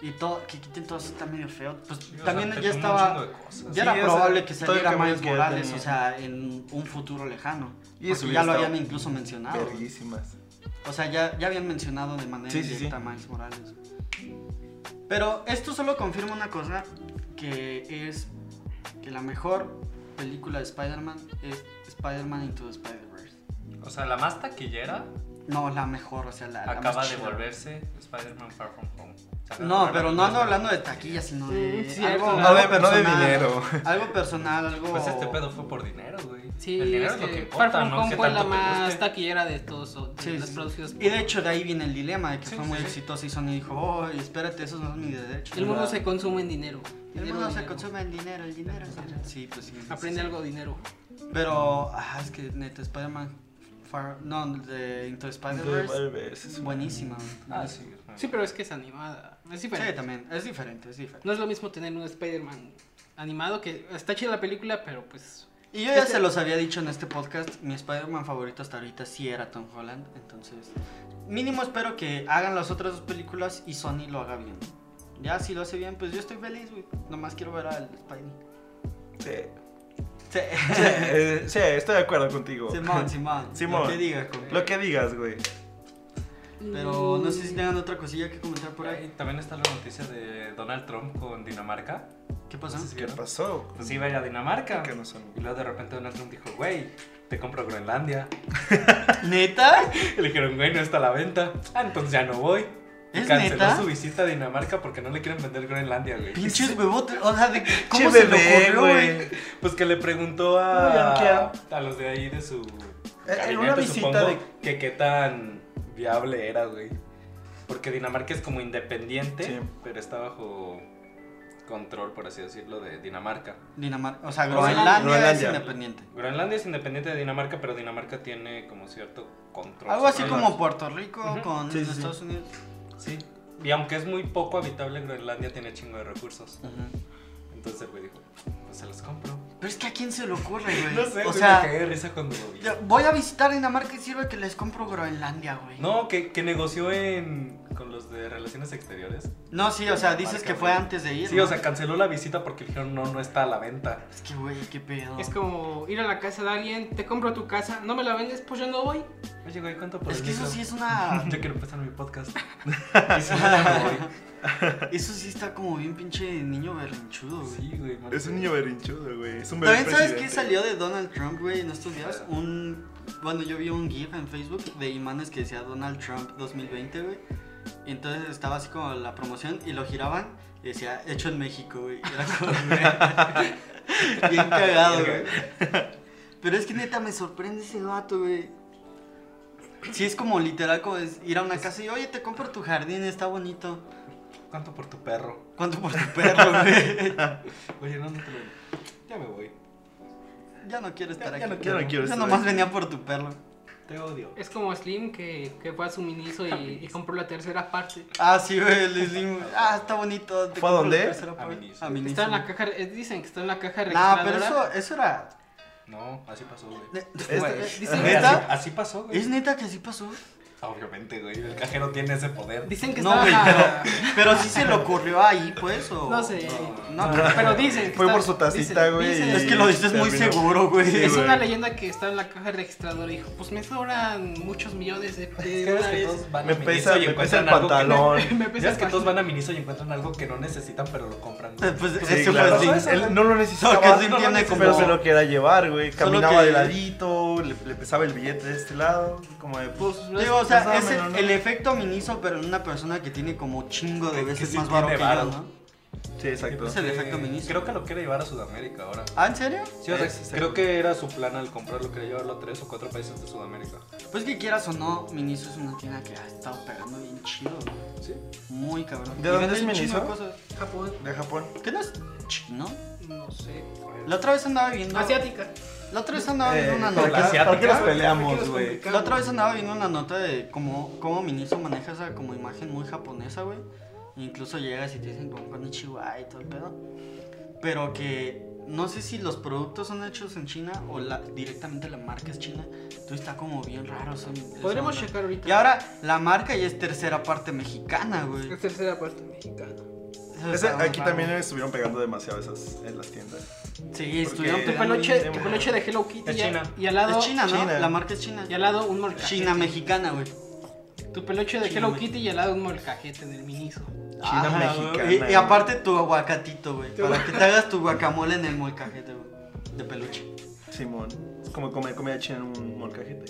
Speaker 3: Y todo, que quiten todo eso está medio feo. Pues
Speaker 4: Sí, o sea,
Speaker 3: también
Speaker 4: te
Speaker 3: ya
Speaker 4: pone un
Speaker 3: estaba.
Speaker 4: chingo de cosas.
Speaker 3: Ya
Speaker 1: Sí, o
Speaker 3: era
Speaker 1: sea,
Speaker 3: probable que
Speaker 1: todo el
Speaker 3: saliera
Speaker 1: cambio
Speaker 3: Miles
Speaker 1: que ya
Speaker 3: Morales,
Speaker 1: tenía.
Speaker 3: o sea, en un futuro lejano.
Speaker 1: Y eso
Speaker 3: Porque
Speaker 1: hubiera
Speaker 3: ya lo
Speaker 1: estado
Speaker 3: habían incluso mencionado. güey.
Speaker 1: Verguísimas.
Speaker 3: O sea, ya, ya habían mencionado de manera
Speaker 1: Sí, sí,
Speaker 3: directa a Miles Morales. Pero esto solo confirma una cosa, que es que la mejor película de Spider-Man es Spider-Man Into the Spider-Verse.
Speaker 4: O sea, la más taquillera
Speaker 3: No, la mejor, o sea, la... la más
Speaker 4: acaba de
Speaker 3: chida.
Speaker 4: volverse Spider-Man Far From Home. O sea,
Speaker 3: No, pero no ando
Speaker 4: pues,
Speaker 3: hablando de taquilla, sino de...
Speaker 2: Mm, cierto.
Speaker 3: algo,
Speaker 2: No
Speaker 1: de-
Speaker 3: algo
Speaker 1: no de
Speaker 3: personal,
Speaker 1: dinero.
Speaker 3: Algo personal, algo...
Speaker 4: Pues este pedo fue por dinero, güey.
Speaker 2: Sí,
Speaker 4: el dinero
Speaker 2: es
Speaker 4: es lo que
Speaker 2: que
Speaker 4: importa,
Speaker 2: Far From
Speaker 4: ¿no?
Speaker 2: Home
Speaker 4: ¿Qué
Speaker 2: fue la
Speaker 4: tanto te
Speaker 2: más
Speaker 4: guste?
Speaker 2: taquillera de todos o- de
Speaker 3: Sí,
Speaker 2: las
Speaker 3: sí.
Speaker 2: producidas.
Speaker 3: Y de hecho de ahí viene el dilema de que
Speaker 4: Sí,
Speaker 3: fue
Speaker 4: sí,
Speaker 3: muy
Speaker 4: sí.
Speaker 3: exitoso y Sony dijo, oh, espérate, esos no son mis derechos.
Speaker 2: el mundo se consume en dinero.
Speaker 3: El
Speaker 2: Dinero,
Speaker 3: mundo se
Speaker 2: dinero.
Speaker 3: consume el dinero, el dinero. el dinero. Sí, pues sí.
Speaker 2: Aprende algo de dinero.
Speaker 3: Pero, ah, es que neta, Spider-Man Far. No, de Into the Spider-Verse. Es buenísima. güey.
Speaker 4: Ah, sí. es muy-
Speaker 2: Sí, pero es que es animada. Es diferente.
Speaker 3: Sí, también. Es diferente, es diferente.
Speaker 2: No es lo mismo tener un Spider-Man animado que está chida la película, pero pues
Speaker 3: Y yo ya
Speaker 2: Este-
Speaker 3: se los había dicho en este podcast. Mi Spider-Man favorito hasta ahorita sí era Tom Holland. Entonces, mínimo espero que hagan las otras dos películas y Sony lo haga bien. Ya, si lo hace bien, pues yo estoy feliz, güey. Nomás quiero ver al Spidey.
Speaker 1: Sí.
Speaker 3: Sí.
Speaker 1: Sí, eh, sí, estoy de acuerdo contigo.
Speaker 3: Simón, Simón.
Speaker 1: Simón.
Speaker 3: Lo que diga, compa.
Speaker 1: Lo que digas, güey.
Speaker 3: Pero no sé si tengan otra cosilla que comentar por
Speaker 4: Por ahí
Speaker 3: ahí.
Speaker 4: también está la noticia de Donald Trump con Dinamarca.
Speaker 3: ¿Qué pasó?
Speaker 1: ¿Qué pasó?
Speaker 4: Pues iba a ir a Dinamarca.
Speaker 1: Que no son.
Speaker 4: Y luego de repente Donald Trump dijo, güey, te compro Groenlandia.
Speaker 3: ¿Neta?
Speaker 4: Y le dijeron, güey, no está a la venta. Ah, entonces ya no voy. Y
Speaker 3: ¿Es
Speaker 4: canceló
Speaker 3: neta?
Speaker 4: su visita a Dinamarca porque no le quieren vender Groenlandia, güey.
Speaker 3: Pinches huevotes, o sea, de que- cómo
Speaker 1: Che,
Speaker 3: se
Speaker 1: bebé,
Speaker 3: le ocurrió, güey.
Speaker 4: Pues que le preguntó
Speaker 1: No, ya no
Speaker 4: a,
Speaker 1: quiero.
Speaker 4: a los de ahí de su.
Speaker 1: Eh, en
Speaker 4: gabinete,
Speaker 1: una visita
Speaker 4: supongo,
Speaker 1: de-
Speaker 4: Que qué tan viable era, güey. Porque Dinamarca es como independiente,
Speaker 1: Sí.
Speaker 4: pero está bajo. control, por así decirlo, de Dinamarca.
Speaker 3: Dinamarca, o sea,
Speaker 4: Groenlandia.
Speaker 3: Groenlandia, es
Speaker 1: Groenlandia.
Speaker 3: independiente.
Speaker 4: Groenlandia es independiente de Dinamarca, pero Dinamarca tiene como cierto control.
Speaker 3: Algo así
Speaker 4: sobre
Speaker 3: como Puerto Rico
Speaker 4: Ujú.
Speaker 3: con
Speaker 1: Sí, sí, sí.
Speaker 3: Estados Unidos.
Speaker 4: ellos. Sí. Y aunque es muy poco habitable, Groenlandia tiene chingo de recursos.
Speaker 3: Ujú.
Speaker 4: Entonces el güey dijo, pues se los compro.
Speaker 3: Pero es que a quién se le ocurre, güey.
Speaker 4: No sé,
Speaker 3: o
Speaker 4: güey, me cagué
Speaker 3: sea,
Speaker 4: de risa cuando lo vi.
Speaker 3: yo voy a visitar Dinamarca y sirve que les compro Groenlandia, güey.
Speaker 4: No, que, que negoció en, con los de Relaciones Exteriores.
Speaker 3: No, sí, o sea, dices
Speaker 4: Dinamarca,
Speaker 3: que fue
Speaker 4: güey.
Speaker 3: antes de ir.
Speaker 4: Sí,
Speaker 3: ¿no?
Speaker 4: o sea, canceló la visita porque le dijeron, no, no está a la venta.
Speaker 3: Es que, güey, qué pedo.
Speaker 2: Es como ir a la casa de alguien, te compro tu casa, no me la vendes, pues yo no voy.
Speaker 4: Oye, güey, ¿cuánto por
Speaker 3: Es
Speaker 4: el
Speaker 3: que eso
Speaker 4: litro?
Speaker 3: sí es una.
Speaker 4: Yo quiero empezar mi podcast. Y sí, me
Speaker 3: Eso sí está como bien pinche niño berrinchudo,
Speaker 4: voy.
Speaker 3: güey.
Speaker 4: Sí, güey. man.
Speaker 1: Es un niño berrinchudo, güey. Es un bebé
Speaker 3: También sabes qué
Speaker 1: presidente.
Speaker 3: salió de Donald Trump, güey, en estos días.
Speaker 4: Ah.
Speaker 3: Un. Bueno, yo vi un GIF en Facebook de imanes que decía Donald Trump 2020, güey. Y entonces estaba así como la promoción y lo giraban y decía, hecho en México, güey. Y Era como, güey, Bien cagado, güey. Pero es que neta me sorprende ese vato, güey. Sí, es como literal como es ir a una casa y, oye, te compro tu jardín, está bonito.
Speaker 4: ¿Cuánto por tu perro?
Speaker 3: ¿Cuánto por tu perro, güey?
Speaker 4: Oye, no, no te lo... Ya me voy.
Speaker 3: Ya no quiero estar
Speaker 1: Ya-
Speaker 3: aquí.
Speaker 1: ya no quiero- no quiero
Speaker 3: Yo
Speaker 1: estar
Speaker 3: nomás
Speaker 1: aquí.
Speaker 3: venía por tu perro.
Speaker 4: Te odio.
Speaker 2: Es como Slim que, que fue a su miniso y, y compró la tercera parte.
Speaker 3: Ah, sí, güey, el Slim. Ah, está bonito. te
Speaker 1: ¿Fue a
Speaker 3: compro
Speaker 1: dónde?
Speaker 3: la tercera
Speaker 4: A
Speaker 3: parte.
Speaker 4: Miniso.
Speaker 3: A Miniso.
Speaker 2: Está en la caja, eh, dicen que está en la caja
Speaker 3: Nah,
Speaker 2: registradora.
Speaker 3: pero eso, eso era.
Speaker 4: No, así pasó, güey.
Speaker 1: Es-
Speaker 3: Güey,
Speaker 1: es-
Speaker 3: ¿es
Speaker 4: Güey,
Speaker 3: neta?
Speaker 4: Así, así pasó, güey.
Speaker 3: ¿Es neta que así pasó?
Speaker 4: Obviamente, güey. El cajero tiene ese poder.
Speaker 2: Dicen que
Speaker 3: No,
Speaker 2: estaba...
Speaker 3: güey, pero, pero sí se le ocurrió ahí, pues, o...
Speaker 2: No sé.
Speaker 3: No,
Speaker 2: Pero dicen que
Speaker 1: Fue por
Speaker 2: está-
Speaker 1: su tacita,
Speaker 2: dicen-
Speaker 1: güey.
Speaker 2: dicen-
Speaker 1: y
Speaker 3: Es que lo dices muy
Speaker 1: terminó.
Speaker 3: seguro, güey.
Speaker 1: Sí,
Speaker 2: es
Speaker 1: güey.
Speaker 2: una leyenda que está en la caja registradora. Dijo, pues me sobran muchos millones de, de dólares.
Speaker 4: van
Speaker 1: Me pesa, me pesa el
Speaker 4: algo que-
Speaker 1: pantalón.
Speaker 2: Me
Speaker 4: Ya
Speaker 2: pesa
Speaker 4: ves que
Speaker 2: el
Speaker 4: todos
Speaker 2: pan.
Speaker 4: van a Miniso y encuentran algo que no necesitan, pero lo compran. güey.
Speaker 3: Eh, Pues
Speaker 1: Sí,
Speaker 3: ese
Speaker 1: claro.
Speaker 3: fue el
Speaker 4: Eso
Speaker 3: Slim.
Speaker 4: es-
Speaker 1: Él no lo
Speaker 3: Solo
Speaker 1: necesitaba.
Speaker 3: que Slim
Speaker 4: no, no,
Speaker 3: tiene
Speaker 4: no,
Speaker 3: como...
Speaker 1: Pero se lo quería llevar, güey.
Speaker 3: Solo
Speaker 1: Caminaba
Speaker 3: que-
Speaker 1: de ladito, le, le pesaba el billete de este lado. Como de, pues.
Speaker 3: Digo, o sea, es
Speaker 1: dámelo,
Speaker 3: el,
Speaker 1: ¿no?
Speaker 3: el efecto miniso, pero en una persona que tiene como chingo de
Speaker 4: Que- que
Speaker 3: veces
Speaker 4: sí
Speaker 3: más
Speaker 4: tiene
Speaker 3: barro que
Speaker 4: varo.
Speaker 3: yo, ¿no?
Speaker 1: Sí, exacto.
Speaker 3: Es el efecto Miniso.
Speaker 4: Creo que lo quiere llevar a Sudamérica ahora.
Speaker 3: ¿Ah, en serio?
Speaker 4: Sí, o sea,
Speaker 1: Ese es el-
Speaker 4: creo que era su plan al comprarlo, quería llevarlo a tres o cuatro países de Sudamérica.
Speaker 3: Pues que quieras o no, Miniso es una tienda que ha estado pegando bien chido, güey.
Speaker 4: Sí.
Speaker 3: Muy cabrón.
Speaker 1: ¿De
Speaker 3: Y
Speaker 1: dónde
Speaker 3: venden
Speaker 1: es
Speaker 3: un chingo de
Speaker 1: Miniso?
Speaker 3: cosas.
Speaker 2: Japón,
Speaker 1: De Japón.
Speaker 3: ¿Qué no es chino?
Speaker 2: no sé.
Speaker 3: La otra vez andaba viendo...
Speaker 2: Asiática.
Speaker 3: La otra vez andaba
Speaker 1: Eh,
Speaker 3: viendo una
Speaker 1: ¿para,
Speaker 4: la
Speaker 1: qué,
Speaker 3: nota...
Speaker 4: asiática.
Speaker 1: para qué nos
Speaker 2: ¿Para qué
Speaker 1: peleamos,
Speaker 2: nos
Speaker 1: güey?
Speaker 2: complicamos?
Speaker 3: La otra vez andaba viendo una nota de cómo, cómo Miniso maneja esa como imagen muy japonesa, güey. Incluso llegas y te dicen con konnichiwa y todo el pedo. Pero que no sé si los productos son hechos en China o la, directamente la marca es china. Entonces está como bien raro. esa- esa
Speaker 2: Podremos
Speaker 3: onda.
Speaker 2: checar ahorita.
Speaker 3: Y ahora la marca ya es tercera parte mexicana, güey.
Speaker 2: La tercera parte mexicana.
Speaker 3: Eso
Speaker 1: Ese-
Speaker 3: está muy
Speaker 1: aquí
Speaker 3: raro.
Speaker 1: también estuvieron pegando demasiado esas en las tiendas.
Speaker 3: Sí,
Speaker 1: porque-
Speaker 3: estuvieron
Speaker 2: Tu
Speaker 3: pegando
Speaker 2: peluche,
Speaker 3: bien.
Speaker 2: tu peluche de Hello Kitty.
Speaker 4: Es
Speaker 2: ya-
Speaker 4: china.
Speaker 2: Y al lado.
Speaker 3: Es china, ¿no?
Speaker 1: China. Ah,
Speaker 3: La marca es china.
Speaker 2: Y al lado un molcajete.
Speaker 3: China mexicana, güey.
Speaker 2: Tu peluche de
Speaker 3: China,
Speaker 2: Hello
Speaker 3: me-
Speaker 2: Kitty y al lado un molcajete del miniso.
Speaker 1: China
Speaker 3: Ajá,
Speaker 1: mexicana,
Speaker 3: güey. Y, y
Speaker 1: güey.
Speaker 3: aparte tu aguacatito, güey. Para que te hagas tu guacamole en el molcajete, güey. De peluche.
Speaker 1: Simón. Es como comer comida china en un molcajete.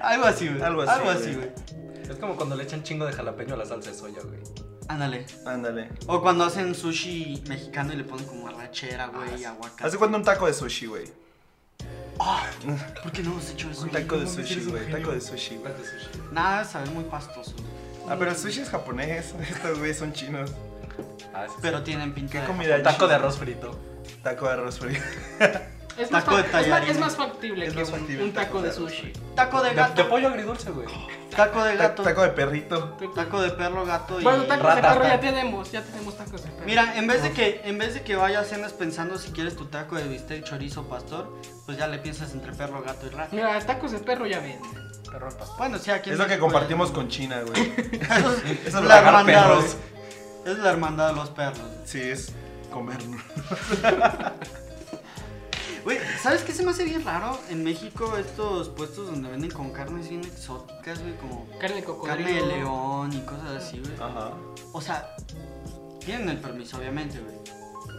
Speaker 3: Algo así, güey.
Speaker 1: Algo
Speaker 3: Algo
Speaker 1: así,
Speaker 3: así,
Speaker 1: güey.
Speaker 3: güey.
Speaker 4: Es como cuando le echan chingo de jalapeño a la salsa de soya, güey.
Speaker 3: Ándale.
Speaker 1: Ándale.
Speaker 3: O cuando hacen sushi mexicano y le ponen como arrachera, güey, y aguacate.
Speaker 1: Ah, ¿Hace cuánto un taco de sushi, güey?
Speaker 3: ¿Por qué no hemos hecho eso?
Speaker 1: Un
Speaker 3: güey?
Speaker 1: taco de
Speaker 4: no,
Speaker 1: sushi,
Speaker 4: eres un
Speaker 1: güey.
Speaker 4: genio.
Speaker 1: Taco de sushi, güey.
Speaker 4: Espérate, sushi.
Speaker 3: Nada, sabe muy pastoso, güey.
Speaker 1: Ah, pero el sushi es japonés. Estos güey son chinos.
Speaker 4: Ah, sí, sí.
Speaker 3: Pero tienen pinta
Speaker 1: ¿Qué
Speaker 3: de-
Speaker 1: comida
Speaker 4: Un taco de
Speaker 1: china?
Speaker 4: arroz frito.
Speaker 1: Taco de arroz frito.
Speaker 2: Es más,
Speaker 3: Taco de
Speaker 2: fa- es más,
Speaker 3: tallarín.
Speaker 2: es más factible
Speaker 1: Es
Speaker 2: que
Speaker 1: más
Speaker 2: un-
Speaker 1: factible
Speaker 2: un,
Speaker 1: el
Speaker 2: taco de
Speaker 1: arroz
Speaker 2: sushi.
Speaker 1: frito.
Speaker 3: Taco de
Speaker 4: De, de
Speaker 3: gato.
Speaker 4: pollo agridulce, güey.
Speaker 3: Taco de
Speaker 1: Ta-
Speaker 3: gato.
Speaker 1: Taco de perrito.
Speaker 3: Taco de perro, gato y...
Speaker 2: Bueno, tacos de
Speaker 4: Ratata.
Speaker 2: perro ya tenemos. Ya tenemos tacos de perro.
Speaker 3: Mira, en vez de que en vez de que vayas cenas pensando si quieres tu taco de bistec, chorizo, pastor, pues ya le piensas entre perro, gato y rata.
Speaker 2: Mira, tacos de perro ya ven.
Speaker 4: Perro al pastor.
Speaker 3: Bueno, sí, aquí en
Speaker 1: Es lo que
Speaker 3: México ya-
Speaker 1: compartimos con China, güey.
Speaker 3: Eso es,
Speaker 1: es
Speaker 3: la
Speaker 1: lagar
Speaker 3: hermandad.
Speaker 1: perros.
Speaker 3: güey. Es la hermandad de los perros.
Speaker 1: Sí, es comernos.
Speaker 3: Güey, ¿sabes qué se me hace bien raro? En México estos puestos donde venden con carnes bien exóticas, güey, como
Speaker 2: Carne de cocodrilo.
Speaker 3: carne de león y cosas así, güey.
Speaker 1: Ajá.
Speaker 3: O sea, tienen el permiso, obviamente, güey.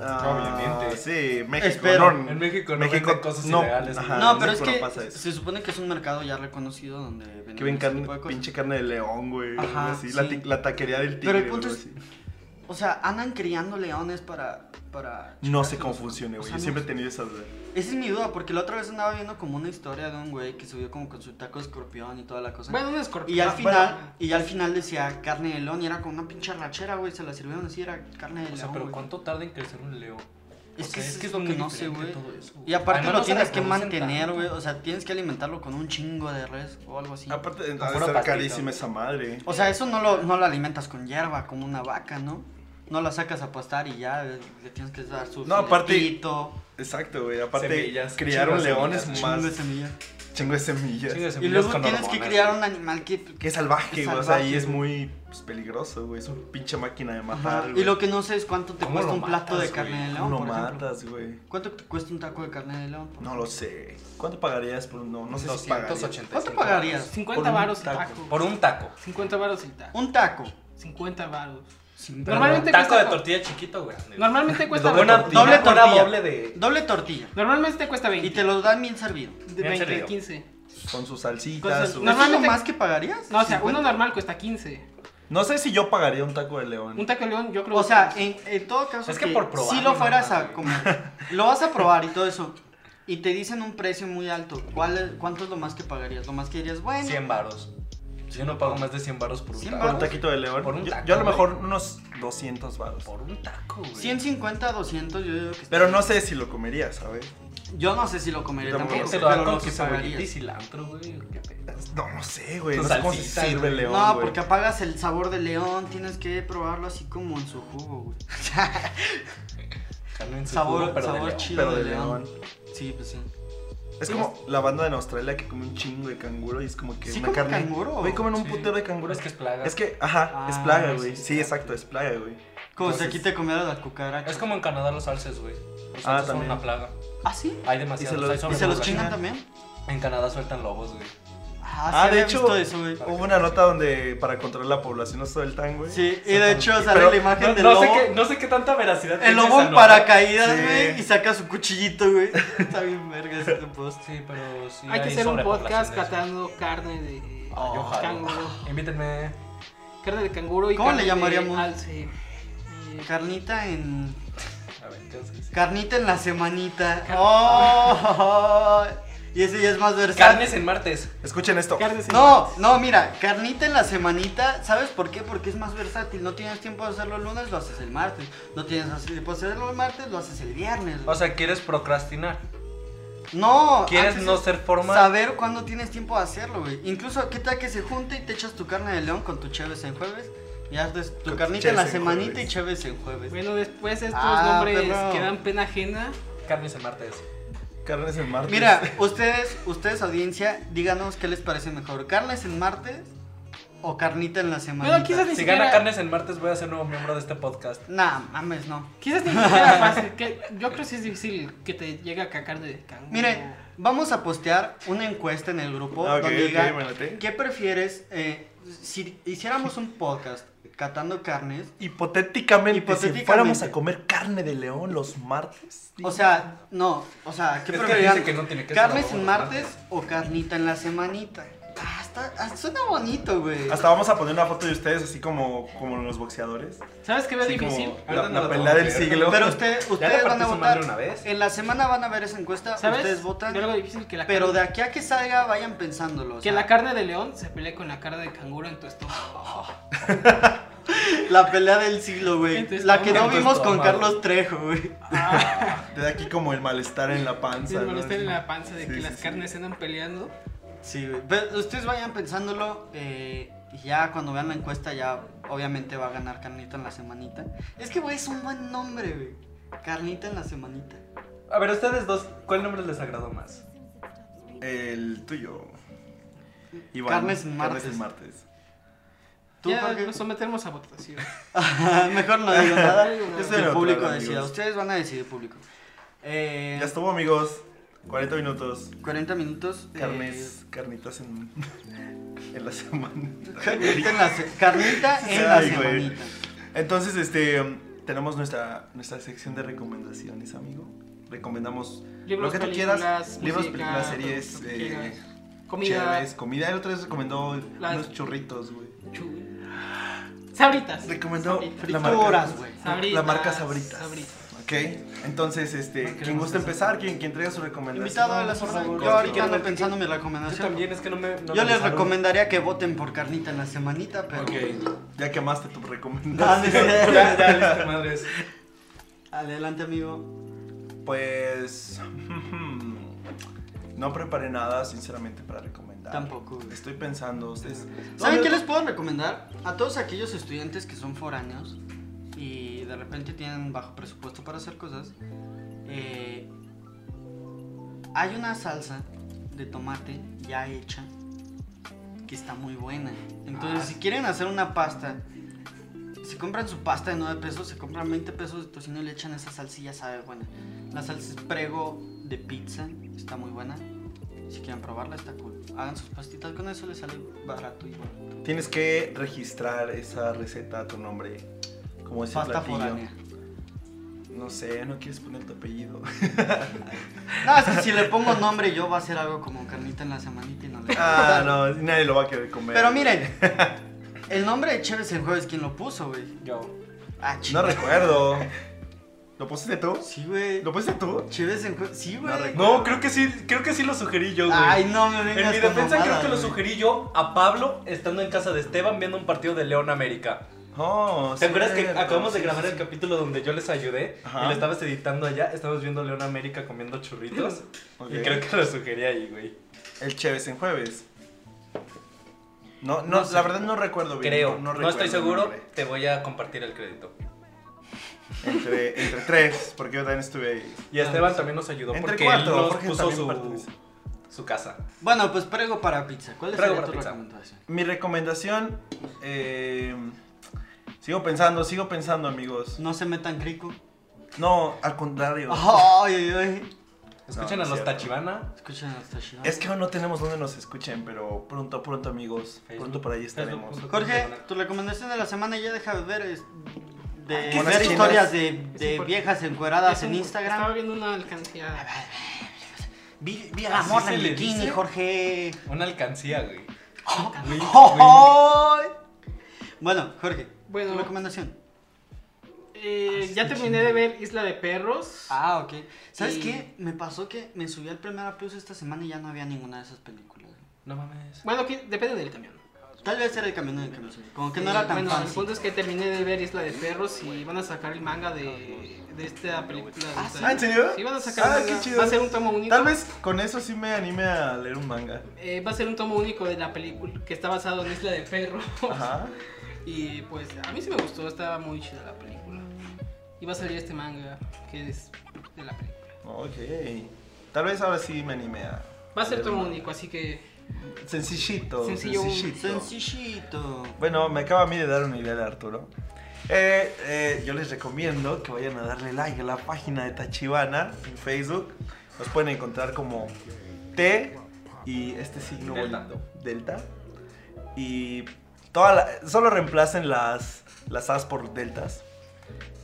Speaker 1: Ah,
Speaker 4: Obviamente.
Speaker 1: Sí, México.
Speaker 3: Espero.
Speaker 1: no,
Speaker 4: En México no venden cosas ilegales,
Speaker 1: ajá,
Speaker 4: Ah,
Speaker 3: no,
Speaker 1: en
Speaker 3: pero es
Speaker 1: México
Speaker 3: que
Speaker 1: no pasa eso.
Speaker 3: se supone que es un mercado ya reconocido donde venden
Speaker 1: Que ven
Speaker 3: ese
Speaker 1: carne-
Speaker 3: tipo de cosas.
Speaker 1: pinche carne de león, güey.
Speaker 3: Ajá,
Speaker 1: así, la,
Speaker 3: sí.
Speaker 1: ti- la taquería del tigre.
Speaker 3: Pero el punto
Speaker 1: güey,
Speaker 3: es-
Speaker 1: así.
Speaker 3: O sea, andan criando leones para. para
Speaker 1: No sé
Speaker 3: chupárselos.
Speaker 1: cómo funcione,
Speaker 3: O
Speaker 1: güey.
Speaker 3: sea,
Speaker 1: Yo siempre he
Speaker 3: no-
Speaker 1: tenido esa duda.
Speaker 3: Esa es mi duda, porque la otra vez andaba viendo como una historia de un güey que subió como con su taco de escorpión y toda la cosa.
Speaker 2: Bueno, un escorpión.
Speaker 3: y al
Speaker 2: Ah,
Speaker 3: final,
Speaker 2: bueno.
Speaker 3: y al final decía carne de león y era como una pinche rachera, güey. Se la sirvieron así, era carne de
Speaker 4: O
Speaker 3: león.
Speaker 4: sea, pero
Speaker 3: güey.
Speaker 4: ¿cuánto tarda en crecer un león?
Speaker 3: Es
Speaker 4: O
Speaker 3: que
Speaker 4: sea,
Speaker 3: es, que
Speaker 4: muy
Speaker 3: no sé, güey.
Speaker 4: diferente todo eso, güey.
Speaker 3: Y aparte
Speaker 4: Además,
Speaker 3: lo
Speaker 4: no se
Speaker 3: tienes que
Speaker 4: reproducen
Speaker 3: mantener,
Speaker 4: tanto.
Speaker 3: güey. O sea, tienes que alimentarlo con un chingo de res o algo así.
Speaker 1: Aparte, ha de
Speaker 4: puro
Speaker 1: estar
Speaker 4: pastito.
Speaker 1: carísima esa madre.
Speaker 3: O sea, eso no lo, no lo alimentas con hierba, como una vaca, ¿no? No la sacas a pastar y ya eh, le tienes que dar su
Speaker 1: No, aparte-
Speaker 3: filetito,
Speaker 1: Exacto, güey. Aparte,
Speaker 4: Semillas,
Speaker 1: criar
Speaker 4: chingo
Speaker 1: un
Speaker 4: de
Speaker 1: león es
Speaker 4: semillas,
Speaker 1: más.
Speaker 3: chingo de semilla.
Speaker 1: Chingo de semillas.
Speaker 4: Chingo de
Speaker 3: Y
Speaker 4: semillas
Speaker 3: luego
Speaker 4: con
Speaker 3: tienes que
Speaker 4: hormonas,
Speaker 3: criar
Speaker 4: güey.
Speaker 3: un animal que...
Speaker 1: Que es salvaje,
Speaker 3: Es
Speaker 1: güey. O sea, ahí
Speaker 3: salvaje,
Speaker 1: es
Speaker 3: güey.
Speaker 1: muy pues, peligroso, güey. Es una pinche máquina de
Speaker 3: Ajá,
Speaker 1: matar, güey.
Speaker 3: Y lo que no sé es cuánto te
Speaker 4: ¿Cómo
Speaker 3: cuesta
Speaker 4: lo
Speaker 3: un plato
Speaker 4: matas,
Speaker 3: de carne
Speaker 4: güey?
Speaker 3: de león,
Speaker 1: ¿Cómo lo
Speaker 3: por ejemplo.
Speaker 1: matas, güey?
Speaker 3: ¿Cuánto te cuesta un taco de carne de león?
Speaker 1: No lo sé. ¿Cuánto pagarías por un no? No sé si pagarías.
Speaker 4: 285.
Speaker 3: ¿Cuánto pagarías?
Speaker 2: 50
Speaker 1: un
Speaker 2: varos el
Speaker 1: taco.
Speaker 2: taco.
Speaker 4: Por un taco.
Speaker 2: 50 varos el taco.
Speaker 3: Un taco.
Speaker 2: 50 varos.
Speaker 3: Sin-
Speaker 2: Normalmente
Speaker 4: taco
Speaker 2: cuesta
Speaker 4: de
Speaker 2: co-
Speaker 4: tortilla chiquito, güey.
Speaker 2: Normalmente cuesta
Speaker 4: Doble
Speaker 2: una-
Speaker 4: tortilla.
Speaker 3: Doble
Speaker 4: Una
Speaker 3: tortilla.
Speaker 4: doble de.
Speaker 3: Doble tortilla.
Speaker 2: Normalmente te cuesta 20.
Speaker 3: Y te lo dan bien servido.
Speaker 2: De
Speaker 4: Bien
Speaker 2: 20,
Speaker 4: servido.
Speaker 2: 15.
Speaker 1: Con sus
Speaker 2: Con
Speaker 1: salsitas.
Speaker 2: sus-
Speaker 1: su-
Speaker 3: ¿No
Speaker 1: No.
Speaker 3: es lo
Speaker 2: Normalmente-
Speaker 3: más que pagarías?
Speaker 2: No, o sea,
Speaker 3: 50.
Speaker 2: uno normal cuesta 15.
Speaker 1: sé si yo pagaría un taco de león.
Speaker 2: Un taco de león, yo creo
Speaker 3: O sea, en, en todo caso,
Speaker 4: Es que por probar,
Speaker 3: si lo
Speaker 4: no
Speaker 3: fueras
Speaker 4: mames,
Speaker 3: a
Speaker 4: güey.
Speaker 3: comer, lo vas a probar y todo eso, y te dicen un precio muy alto, ¿cuál es- ¿cuánto es lo más que pagarías? Lo más que dirías, bueno,
Speaker 4: 100 varos. Yo no pago más de 100 varos por un
Speaker 3: 100
Speaker 4: taco.
Speaker 1: por un
Speaker 3: varos.
Speaker 1: taquito de león.
Speaker 4: Por un
Speaker 1: yo,
Speaker 4: taco,
Speaker 1: yo a lo
Speaker 4: güey.
Speaker 1: mejor unos 200 baros.
Speaker 4: Por un taco, güey.
Speaker 3: 150, 200, yo digo que está
Speaker 1: Pero
Speaker 3: bien.
Speaker 1: no sé si lo comería, ¿sabes?
Speaker 3: Yo no sé si lo comería
Speaker 1: Yo
Speaker 3: tampoco,
Speaker 1: tampoco.
Speaker 4: Te lo dan
Speaker 3: pero
Speaker 4: con
Speaker 3: lo
Speaker 4: su
Speaker 3: que
Speaker 4: cebollita y
Speaker 3: pagarías.
Speaker 4: cilantro, güey. Qué pedo.
Speaker 1: No lo sé, güey. No
Speaker 4: Con
Speaker 1: sé cómo se
Speaker 4: salsita,
Speaker 1: sirve el
Speaker 4: güey.
Speaker 1: león,
Speaker 3: No,
Speaker 1: güey.
Speaker 3: porque apagas el sabor del león, tienes que probarlo así como en su jugo, güey.
Speaker 4: Carne en su
Speaker 3: Sabor-
Speaker 4: jugo, pero de
Speaker 3: sabor
Speaker 4: león.
Speaker 3: chido.
Speaker 1: Pero de
Speaker 3: de león.
Speaker 1: león.
Speaker 3: Sí, pues sí.
Speaker 1: Es como la banda en Australia que come un chingo de canguro y es como que
Speaker 3: ¿Sí
Speaker 1: una
Speaker 3: comen
Speaker 1: carne.
Speaker 3: canguro?
Speaker 1: Güey, comen un
Speaker 4: Sí.
Speaker 1: putero de canguro.
Speaker 4: Es que es plaga.
Speaker 1: Es que, ajá,
Speaker 3: Ah,
Speaker 1: es plaga,
Speaker 3: sí,
Speaker 1: güey.
Speaker 3: sí,
Speaker 1: Sí,
Speaker 3: sí.
Speaker 1: exacto, es plaga, güey.
Speaker 3: Como
Speaker 1: Entonces-
Speaker 3: si aquí te comieras la cucaracha.
Speaker 4: Es como en Canadá los alces, güey. Los
Speaker 1: Ah,
Speaker 4: alces son
Speaker 1: también.
Speaker 4: una plaga.
Speaker 3: ¿Ah, sí?
Speaker 4: Hay demasiados.
Speaker 1: Y se los- y
Speaker 4: hay
Speaker 3: ¿Y se los
Speaker 4: sobrepoblación.
Speaker 3: chingan también?
Speaker 4: En Canadá sueltan lobos, güey.
Speaker 3: Ah,
Speaker 1: Ah,
Speaker 3: sí
Speaker 1: de
Speaker 3: había
Speaker 1: hecho-
Speaker 3: visto eso, güey.
Speaker 1: Hubo una nota donde para controlar la población no sueltan, güey.
Speaker 3: Sí, y de hecho sale
Speaker 1: Pero
Speaker 3: la imagen
Speaker 4: No,
Speaker 3: del
Speaker 4: no
Speaker 3: lobo.
Speaker 4: sé qué, no sé qué tanta veracidad
Speaker 3: El
Speaker 4: tiene
Speaker 3: lobo
Speaker 4: esa
Speaker 3: en
Speaker 4: nota.
Speaker 3: paracaídas,
Speaker 1: Sí.
Speaker 3: güey, y saca su cuchillito, güey. Está bien verga ese post.
Speaker 4: Pues Sí, pero sí.
Speaker 2: Hay que hacer un
Speaker 4: sobrepoblación
Speaker 2: podcast
Speaker 4: de eso.
Speaker 2: catando carne de
Speaker 4: Ah, yo jalo.
Speaker 2: canguro.
Speaker 4: Invítenme.
Speaker 2: Carne de canguro y
Speaker 3: ¿Cómo le
Speaker 2: carne
Speaker 3: llamaríamos?
Speaker 2: de alce. Eh,
Speaker 3: Carnita en.
Speaker 4: A ver, ¿qué haces?
Speaker 3: Carnita en la semanita. Oh, y ese ya es más
Speaker 2: Pues
Speaker 3: versátil.
Speaker 4: Carnes en martes.
Speaker 1: Escuchen esto.
Speaker 2: carne
Speaker 3: No, no, mira, carnita en la semanita, ¿sabes por qué? Porque es más versátil. No tienes tiempo de hacerlo el lunes, lo haces el martes. No tienes tiempo de hacerlo el martes, lo haces el viernes.
Speaker 4: O sea, ¿quieres procrastinar?
Speaker 3: no,
Speaker 4: ¿Quieres
Speaker 3: antes
Speaker 4: no
Speaker 3: es-
Speaker 4: ser formal?
Speaker 3: Saber cuándo tienes tiempo de hacerlo, güey. Incluso, ¿qué tal que se junte y te echas tu carne de león con tu cheves en jueves? Y haces tu
Speaker 1: Con tu
Speaker 3: carnita en la
Speaker 1: cheves en
Speaker 3: semanita
Speaker 1: jueves.
Speaker 3: y cheves en jueves.
Speaker 2: Bueno, después estos
Speaker 3: Ah,
Speaker 2: nombres
Speaker 3: perro.
Speaker 2: que dan pena ajena.
Speaker 4: Carnes en martes.
Speaker 1: Carnes en martes. Ah,
Speaker 3: Mira, ustedes, ustedes audiencia, díganos qué les parece mejor, carnes en martes o carnita en la semanita.
Speaker 2: Bueno, quizás ni
Speaker 4: Si
Speaker 2: siquiera.
Speaker 4: gana carnes en martes, voy a ser nuevo miembro de este podcast.
Speaker 3: Nah, mames, no.
Speaker 2: Quizás ni siquiera fácil. que- yo creo que sí es difícil que te llegue a cacar de canguro.
Speaker 3: Miren, vamos a postear una encuesta en el grupo
Speaker 1: Ah, ok,
Speaker 3: donde
Speaker 1: ok,
Speaker 3: diga
Speaker 1: me late.
Speaker 3: qué prefieres eh, si hiciéramos un podcast catando carnes
Speaker 1: Hipotéticamente, si
Speaker 3: Hipotéticamente.
Speaker 1: fuéramos a comer carne de león los martes.
Speaker 3: O sea, no, o sea, ¿qué
Speaker 4: Es que
Speaker 3: preferían?
Speaker 4: dice que no tiene que ser
Speaker 3: ¿Carnes
Speaker 4: la
Speaker 3: en
Speaker 4: boda,
Speaker 3: martes o carnita en la semanita? Ah, está, ah, suena bonito, güey.
Speaker 1: hasta vamos a poner una foto de ustedes así como, como los boxeadores.
Speaker 2: ¿Sabes qué veo
Speaker 1: Así
Speaker 2: difícil?
Speaker 1: como
Speaker 4: Ahorita
Speaker 1: la,
Speaker 4: no
Speaker 1: la
Speaker 4: lo
Speaker 1: pelea del
Speaker 4: vamos a ver.
Speaker 1: siglo.
Speaker 3: Pero usted- ustedes
Speaker 4: partí
Speaker 3: van a
Speaker 4: su
Speaker 3: votar.
Speaker 4: madre una vez?
Speaker 3: En la semana van a ver esa encuesta,
Speaker 2: ¿Sabes?
Speaker 3: ustedes votan.
Speaker 2: Veo algo difícil que la
Speaker 3: Pero de
Speaker 2: carne,
Speaker 3: aquí a que salga, vayan pensándolo. o
Speaker 2: que
Speaker 3: sea,
Speaker 2: la carne de león se pelee con la carne de canguro en tu estómago.
Speaker 3: la pelea del siglo, güey.
Speaker 2: Entonces,
Speaker 3: La que no
Speaker 4: ¿cómo?
Speaker 3: vimos con
Speaker 4: Entonces,
Speaker 3: Carlos Trejo, güey.
Speaker 1: Te da aquí como el malestar en la
Speaker 2: Sí,
Speaker 1: panza.
Speaker 2: el
Speaker 1: ¿no?
Speaker 2: malestar en la panza de
Speaker 1: Sí,
Speaker 2: que
Speaker 1: sí,
Speaker 2: las
Speaker 1: sí.
Speaker 2: carnes andan peleando.
Speaker 3: Sí, güey. Pero ustedes vayan pensándolo. eh, y ya cuando vean la encuesta, ya obviamente va a ganar Carnita en la semanita. Es que, güey, es un buen nombre, güey. Carnita en la semanita.
Speaker 4: A ver, ustedes dos, ¿cuál nombre les agradó más?
Speaker 1: El tuyo. Iván,
Speaker 3: Carnes en martes.
Speaker 1: en martes.
Speaker 3: ¿Tú,
Speaker 2: ya
Speaker 3: Jorge?
Speaker 2: lo sometemos a votación.
Speaker 3: Mejor no digo nada.
Speaker 2: No digo nada.
Speaker 3: Es
Speaker 1: Pero
Speaker 3: el público
Speaker 1: claro,
Speaker 3: decida.
Speaker 1: amigos.
Speaker 3: Ustedes van a decidir público. Eh,
Speaker 1: Ya estuvo, amigos. 40 minutos.
Speaker 3: 40 minutos. eh,
Speaker 1: Carnes, carnitas en, en la semana.
Speaker 3: carnita en la, se- carnita en la
Speaker 1: Ay, güey.
Speaker 3: semanita.
Speaker 1: Entonces, este, tenemos nuestra, nuestra sección de recomendaciones, amigo. Recomendamos
Speaker 2: Libros,
Speaker 1: lo que tú
Speaker 2: películas,
Speaker 1: quieras, libros,
Speaker 2: música,
Speaker 1: películas,
Speaker 2: todo lo
Speaker 1: series,
Speaker 2: que tú
Speaker 1: eh,
Speaker 2: quieras.
Speaker 1: comida.
Speaker 2: Comida.
Speaker 1: comida. El otro día se recomendó
Speaker 2: Las-
Speaker 1: unos churritos, güey.
Speaker 2: chu- Sabritas.
Speaker 1: Recomendó
Speaker 2: Sabritas.
Speaker 1: la marca,
Speaker 3: Frituras, güey.
Speaker 1: la marca
Speaker 2: Sabritas.
Speaker 1: Sabritas.
Speaker 2: Sabritas.
Speaker 1: Ok, entonces, este, quien gusta empezar, quien, quien traiga su recomendación.
Speaker 3: Invitado de la
Speaker 1: por
Speaker 3: semana.
Speaker 1: favor.
Speaker 3: Yo ahorita ando
Speaker 4: Yo
Speaker 3: pensando en mi
Speaker 4: Yo
Speaker 3: recomendación.
Speaker 4: también, es que no me. no
Speaker 3: Yo
Speaker 4: me
Speaker 3: les
Speaker 4: dejaron.
Speaker 3: recomendaría que voten por Carnita en la semanita, pero.
Speaker 4: Ok.
Speaker 1: Ya quemaste tu recomendación.
Speaker 3: Ah, No, no es
Speaker 4: Ya,
Speaker 3: cierto.
Speaker 4: ya, listo, madres.
Speaker 3: Adelante, amigo.
Speaker 1: Pues. No preparé nada, sinceramente, para recomendar.
Speaker 3: Tampoco, güey.
Speaker 1: Estoy pensando, ustedes.
Speaker 3: ¿Saben
Speaker 1: No,
Speaker 3: qué
Speaker 1: yo-
Speaker 3: les puedo recomendar? A todos aquellos estudiantes que son foráneos y de repente tienen bajo presupuesto para hacer cosas, eh, hay una salsa de tomate ya hecha que está muy buena. Entonces, si quieren hacer una pasta, si compran su pasta de 9 pesos, se compran 20 pesos de tocino y le echan esa salsa y ya sabe buena. La salsa es prego de pizza, está muy buena. Si quieren probarla, está cool. Hagan sus pastitas con eso, les sale barato y bueno.
Speaker 1: Tienes que registrar esa receta a tu nombre. Como ese
Speaker 3: Pasta
Speaker 1: platillo.
Speaker 3: foránea.
Speaker 1: No sé, no quieres poner tu apellido.
Speaker 3: No, es que si le pongo nombre yo va a ser algo como carnita en la semanita y no le
Speaker 1: Ah, no, nadie lo va a querer comer.
Speaker 3: Pero miren, el nombre de Chévez el jueves, ¿quién lo puso, güey?
Speaker 4: Yo.
Speaker 3: Ah,
Speaker 1: No
Speaker 3: chinga.
Speaker 1: recuerdo. ¿Lo pusiste tú?
Speaker 3: Sí, güey.
Speaker 1: ¿Lo pusiste tú?
Speaker 3: Chévez el jueves, sí, güey.
Speaker 1: recuerdo.
Speaker 4: No, creo que sí, creo que sí lo sugerí yo, güey.
Speaker 3: Ay, no me vengas
Speaker 4: En mi
Speaker 3: con
Speaker 4: defensa creo
Speaker 3: mamadas,
Speaker 4: que lo
Speaker 3: güey.
Speaker 4: sugerí yo a Pablo estando en casa de Esteban viendo un partido de León América.
Speaker 1: Oh,
Speaker 4: ¿Te acuerdas que
Speaker 1: cierto.
Speaker 4: acabamos de grabar el capítulo donde yo les ayudé
Speaker 1: Ajá.
Speaker 4: y lo estabas editando allá? Estábamos viendo León América comiendo churritos
Speaker 1: Ok.
Speaker 4: y creo que lo sugerí ahí, güey.
Speaker 1: El Chévez en jueves. No, no,
Speaker 3: No sé.
Speaker 1: la verdad no recuerdo bien.
Speaker 4: Creo,
Speaker 1: no,
Speaker 4: no,
Speaker 1: no recuerdo
Speaker 4: estoy
Speaker 1: el
Speaker 4: seguro,
Speaker 1: nombre.
Speaker 4: te voy a compartir el crédito.
Speaker 1: Entre, entre tres, porque yo también estuve ahí.
Speaker 4: Y a Esteban también nos ayudó
Speaker 1: Ah, Entre
Speaker 4: porque
Speaker 1: cuatro,
Speaker 4: él nos
Speaker 1: Jorge
Speaker 4: puso
Speaker 1: también
Speaker 4: su,
Speaker 1: pertenece.
Speaker 4: su casa.
Speaker 3: Bueno, pues prego para pizza. ¿Cuál es
Speaker 4: Prego
Speaker 3: tu
Speaker 4: para pizza.
Speaker 3: recomendación?
Speaker 1: Mi recomendación. eh, sigo pensando, sigo pensando, amigos.
Speaker 3: No se metan crico.
Speaker 1: No, al contrario.
Speaker 3: Ay, ay, ay.
Speaker 4: Escuchen
Speaker 1: No,
Speaker 4: a
Speaker 1: es
Speaker 4: los
Speaker 1: cierto.
Speaker 4: Tachibana.
Speaker 3: Escuchen hasta Shiva.
Speaker 1: Es que aún no tenemos donde nos escuchen, pero pronto, pronto, amigos.
Speaker 4: Facebook.
Speaker 1: Pronto por ahí estaremos.
Speaker 4: Facebook.
Speaker 3: Jorge, tu recomendación de la semana ya deja de ver, es- de
Speaker 4: Ah,
Speaker 1: ¿Qué
Speaker 3: ver
Speaker 1: es?
Speaker 3: historias de, de
Speaker 2: importante.
Speaker 3: viejas
Speaker 2: Es
Speaker 3: encueradas en
Speaker 2: un- Estaba
Speaker 3: Instagram.
Speaker 2: viendo una alcancía.
Speaker 3: Vi, vi a la
Speaker 4: ¿Así
Speaker 3: morra
Speaker 4: se
Speaker 3: en
Speaker 4: Ah, le
Speaker 3: bikini,
Speaker 4: dice?
Speaker 3: Jorge.
Speaker 4: Una alcancía, güey. Güey,
Speaker 3: ¡Ay! Bueno, Jorge,
Speaker 2: Bueno.
Speaker 3: tu recomendación.
Speaker 1: Ah,
Speaker 2: Eh, ya terminé de ver Isla de Perros.
Speaker 3: Ah, ok. ¿Sabes
Speaker 2: Y-
Speaker 3: qué? Me pasó que me subí al Primera Plus esta semana y ya no había ninguna de esas películas.
Speaker 4: No mames.
Speaker 2: Bueno, que depende del camión.
Speaker 3: Tal vez era el camino del camino. Como que no era tan
Speaker 2: bueno,
Speaker 3: fácil.
Speaker 2: el punto es que terminé de ver Isla de Perros y van a sacar el manga de, de esta película.
Speaker 3: Ah,
Speaker 2: de-
Speaker 1: ¿Ah, en serio?
Speaker 2: Sí, van a sacar
Speaker 1: Ah,
Speaker 2: el manga.
Speaker 1: qué chido.
Speaker 2: Va a ser un tomo único.
Speaker 1: Tal vez con eso sí me anime a leer un manga.
Speaker 2: Eh, va a ser un tomo único de la película que está basado en Isla de Perros.
Speaker 1: Ajá.
Speaker 2: Y pues a mí sí me gustó, estaba muy chida la película. Y va a salir este manga que es de la película.
Speaker 1: Ok. Tal vez ahora sí me anime a.
Speaker 2: Va a ser
Speaker 1: leer un
Speaker 2: tomo
Speaker 1: manga.
Speaker 2: único, así que
Speaker 1: Sencillito.
Speaker 2: Sencillo.
Speaker 1: Sencillito.
Speaker 3: Sencillito.
Speaker 1: Bueno, me acaba a mí de dar una idea de Arturo. Eh, eh, yo les recomiendo que vayan a darle like a la página de Tachibana en Facebook. Nos pueden encontrar como T y este signo
Speaker 4: Delta.
Speaker 1: delta. Y toda la- solo reemplacen las, las As por deltas.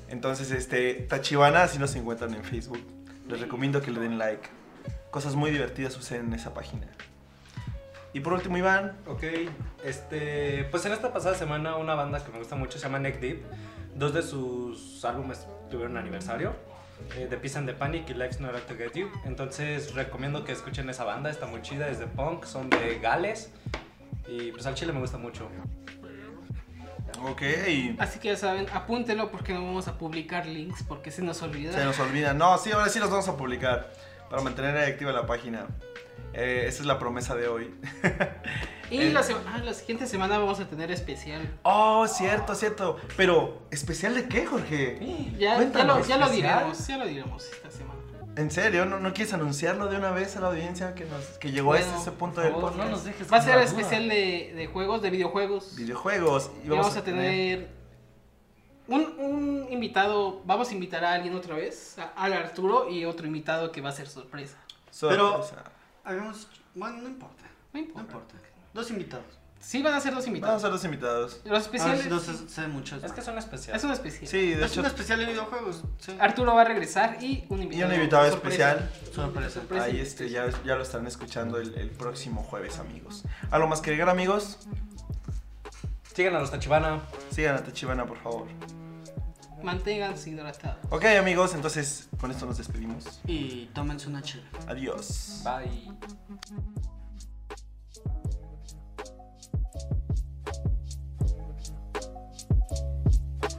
Speaker 1: Entonces, este, Tachibana, así nos encuentran en Facebook. Les recomiendo que le den like. Cosas muy divertidas suceden en esa página. Y por último, Iván,
Speaker 4: Ok, este, pues en esta pasada semana una banda que me gusta mucho se llama Neck Deep. Dos de sus álbumes tuvieron aniversario, eh, The Peace and the Panic y Life's Not Out to Get You. Entonces recomiendo que escuchen esa banda, está muy chida, es de punk, son de Gales y pues al chile me gusta mucho.
Speaker 1: Ok.
Speaker 2: así que ya saben, apúntenlo porque no vamos a publicar links porque se nos olvida.
Speaker 1: Se nos olvida. No, sí, ahora sí los vamos a publicar. Para mantener activa la página. Eh, esa es la promesa de hoy.
Speaker 2: Y
Speaker 1: Eh.
Speaker 2: la, sema- ah, la siguiente semana vamos a tener especial.
Speaker 1: Oh, cierto, cierto. Pero, ¿especial de qué, Jorge?
Speaker 2: Ya, ya, lo,
Speaker 1: Cuéntanos,
Speaker 2: ya lo
Speaker 1: especial.
Speaker 2: diremos, ya lo diremos esta semana.
Speaker 1: ¿En serio? ¿No, no quieres anunciarlo de una vez a la audiencia que, nos, que llegó a
Speaker 2: Bueno,
Speaker 1: ese, ese punto
Speaker 4: por
Speaker 1: del
Speaker 4: favor,
Speaker 1: podcast?
Speaker 4: no nos dejes
Speaker 2: Va a
Speaker 4: con
Speaker 2: ser
Speaker 4: la
Speaker 2: especial
Speaker 4: duda.
Speaker 2: de, de juegos, de videojuegos.
Speaker 1: Videojuegos.
Speaker 2: Y vamos, a tener un, un invitado, vamos a invitar a alguien otra vez, a- al Arturo y otro invitado que va a ser sorpresa.
Speaker 1: sorpresa.
Speaker 3: Habíamos... Bueno, no importa.
Speaker 2: No
Speaker 3: No
Speaker 2: importa.
Speaker 3: importa. Dos invitados.
Speaker 2: Sí van a ser
Speaker 1: Vamos
Speaker 2: dos
Speaker 1: a
Speaker 2: invitados.
Speaker 1: ser los invitados.
Speaker 2: Los
Speaker 3: A ver
Speaker 2: especiales
Speaker 3: si no se, se ve mucho.
Speaker 4: Es que son especiales.
Speaker 2: Pues es un especial.
Speaker 1: Sí, de
Speaker 3: Es
Speaker 1: hecho.
Speaker 3: un especial de videojuegos. sí.
Speaker 2: Arturo va a regresar y un
Speaker 1: Y
Speaker 2: invitado,
Speaker 1: un invitado
Speaker 2: sorpresa.
Speaker 1: especial.
Speaker 3: Sorpresa.
Speaker 2: Sorpresa.
Speaker 1: Ahí este, ya, ya lo estarán escuchando el, el próximo jueves, amigos. ¿Algo más que agregar, amigos?
Speaker 4: Sigan a los Tachibana.
Speaker 1: Sigan a Tachibana, por favor.
Speaker 2: Manténganse hidratados.
Speaker 1: Ok, amigos, entonces con esto nos despedimos.
Speaker 3: Y tómense una chela.
Speaker 1: Adiós.
Speaker 4: Bye.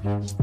Speaker 5: Mm-hmm.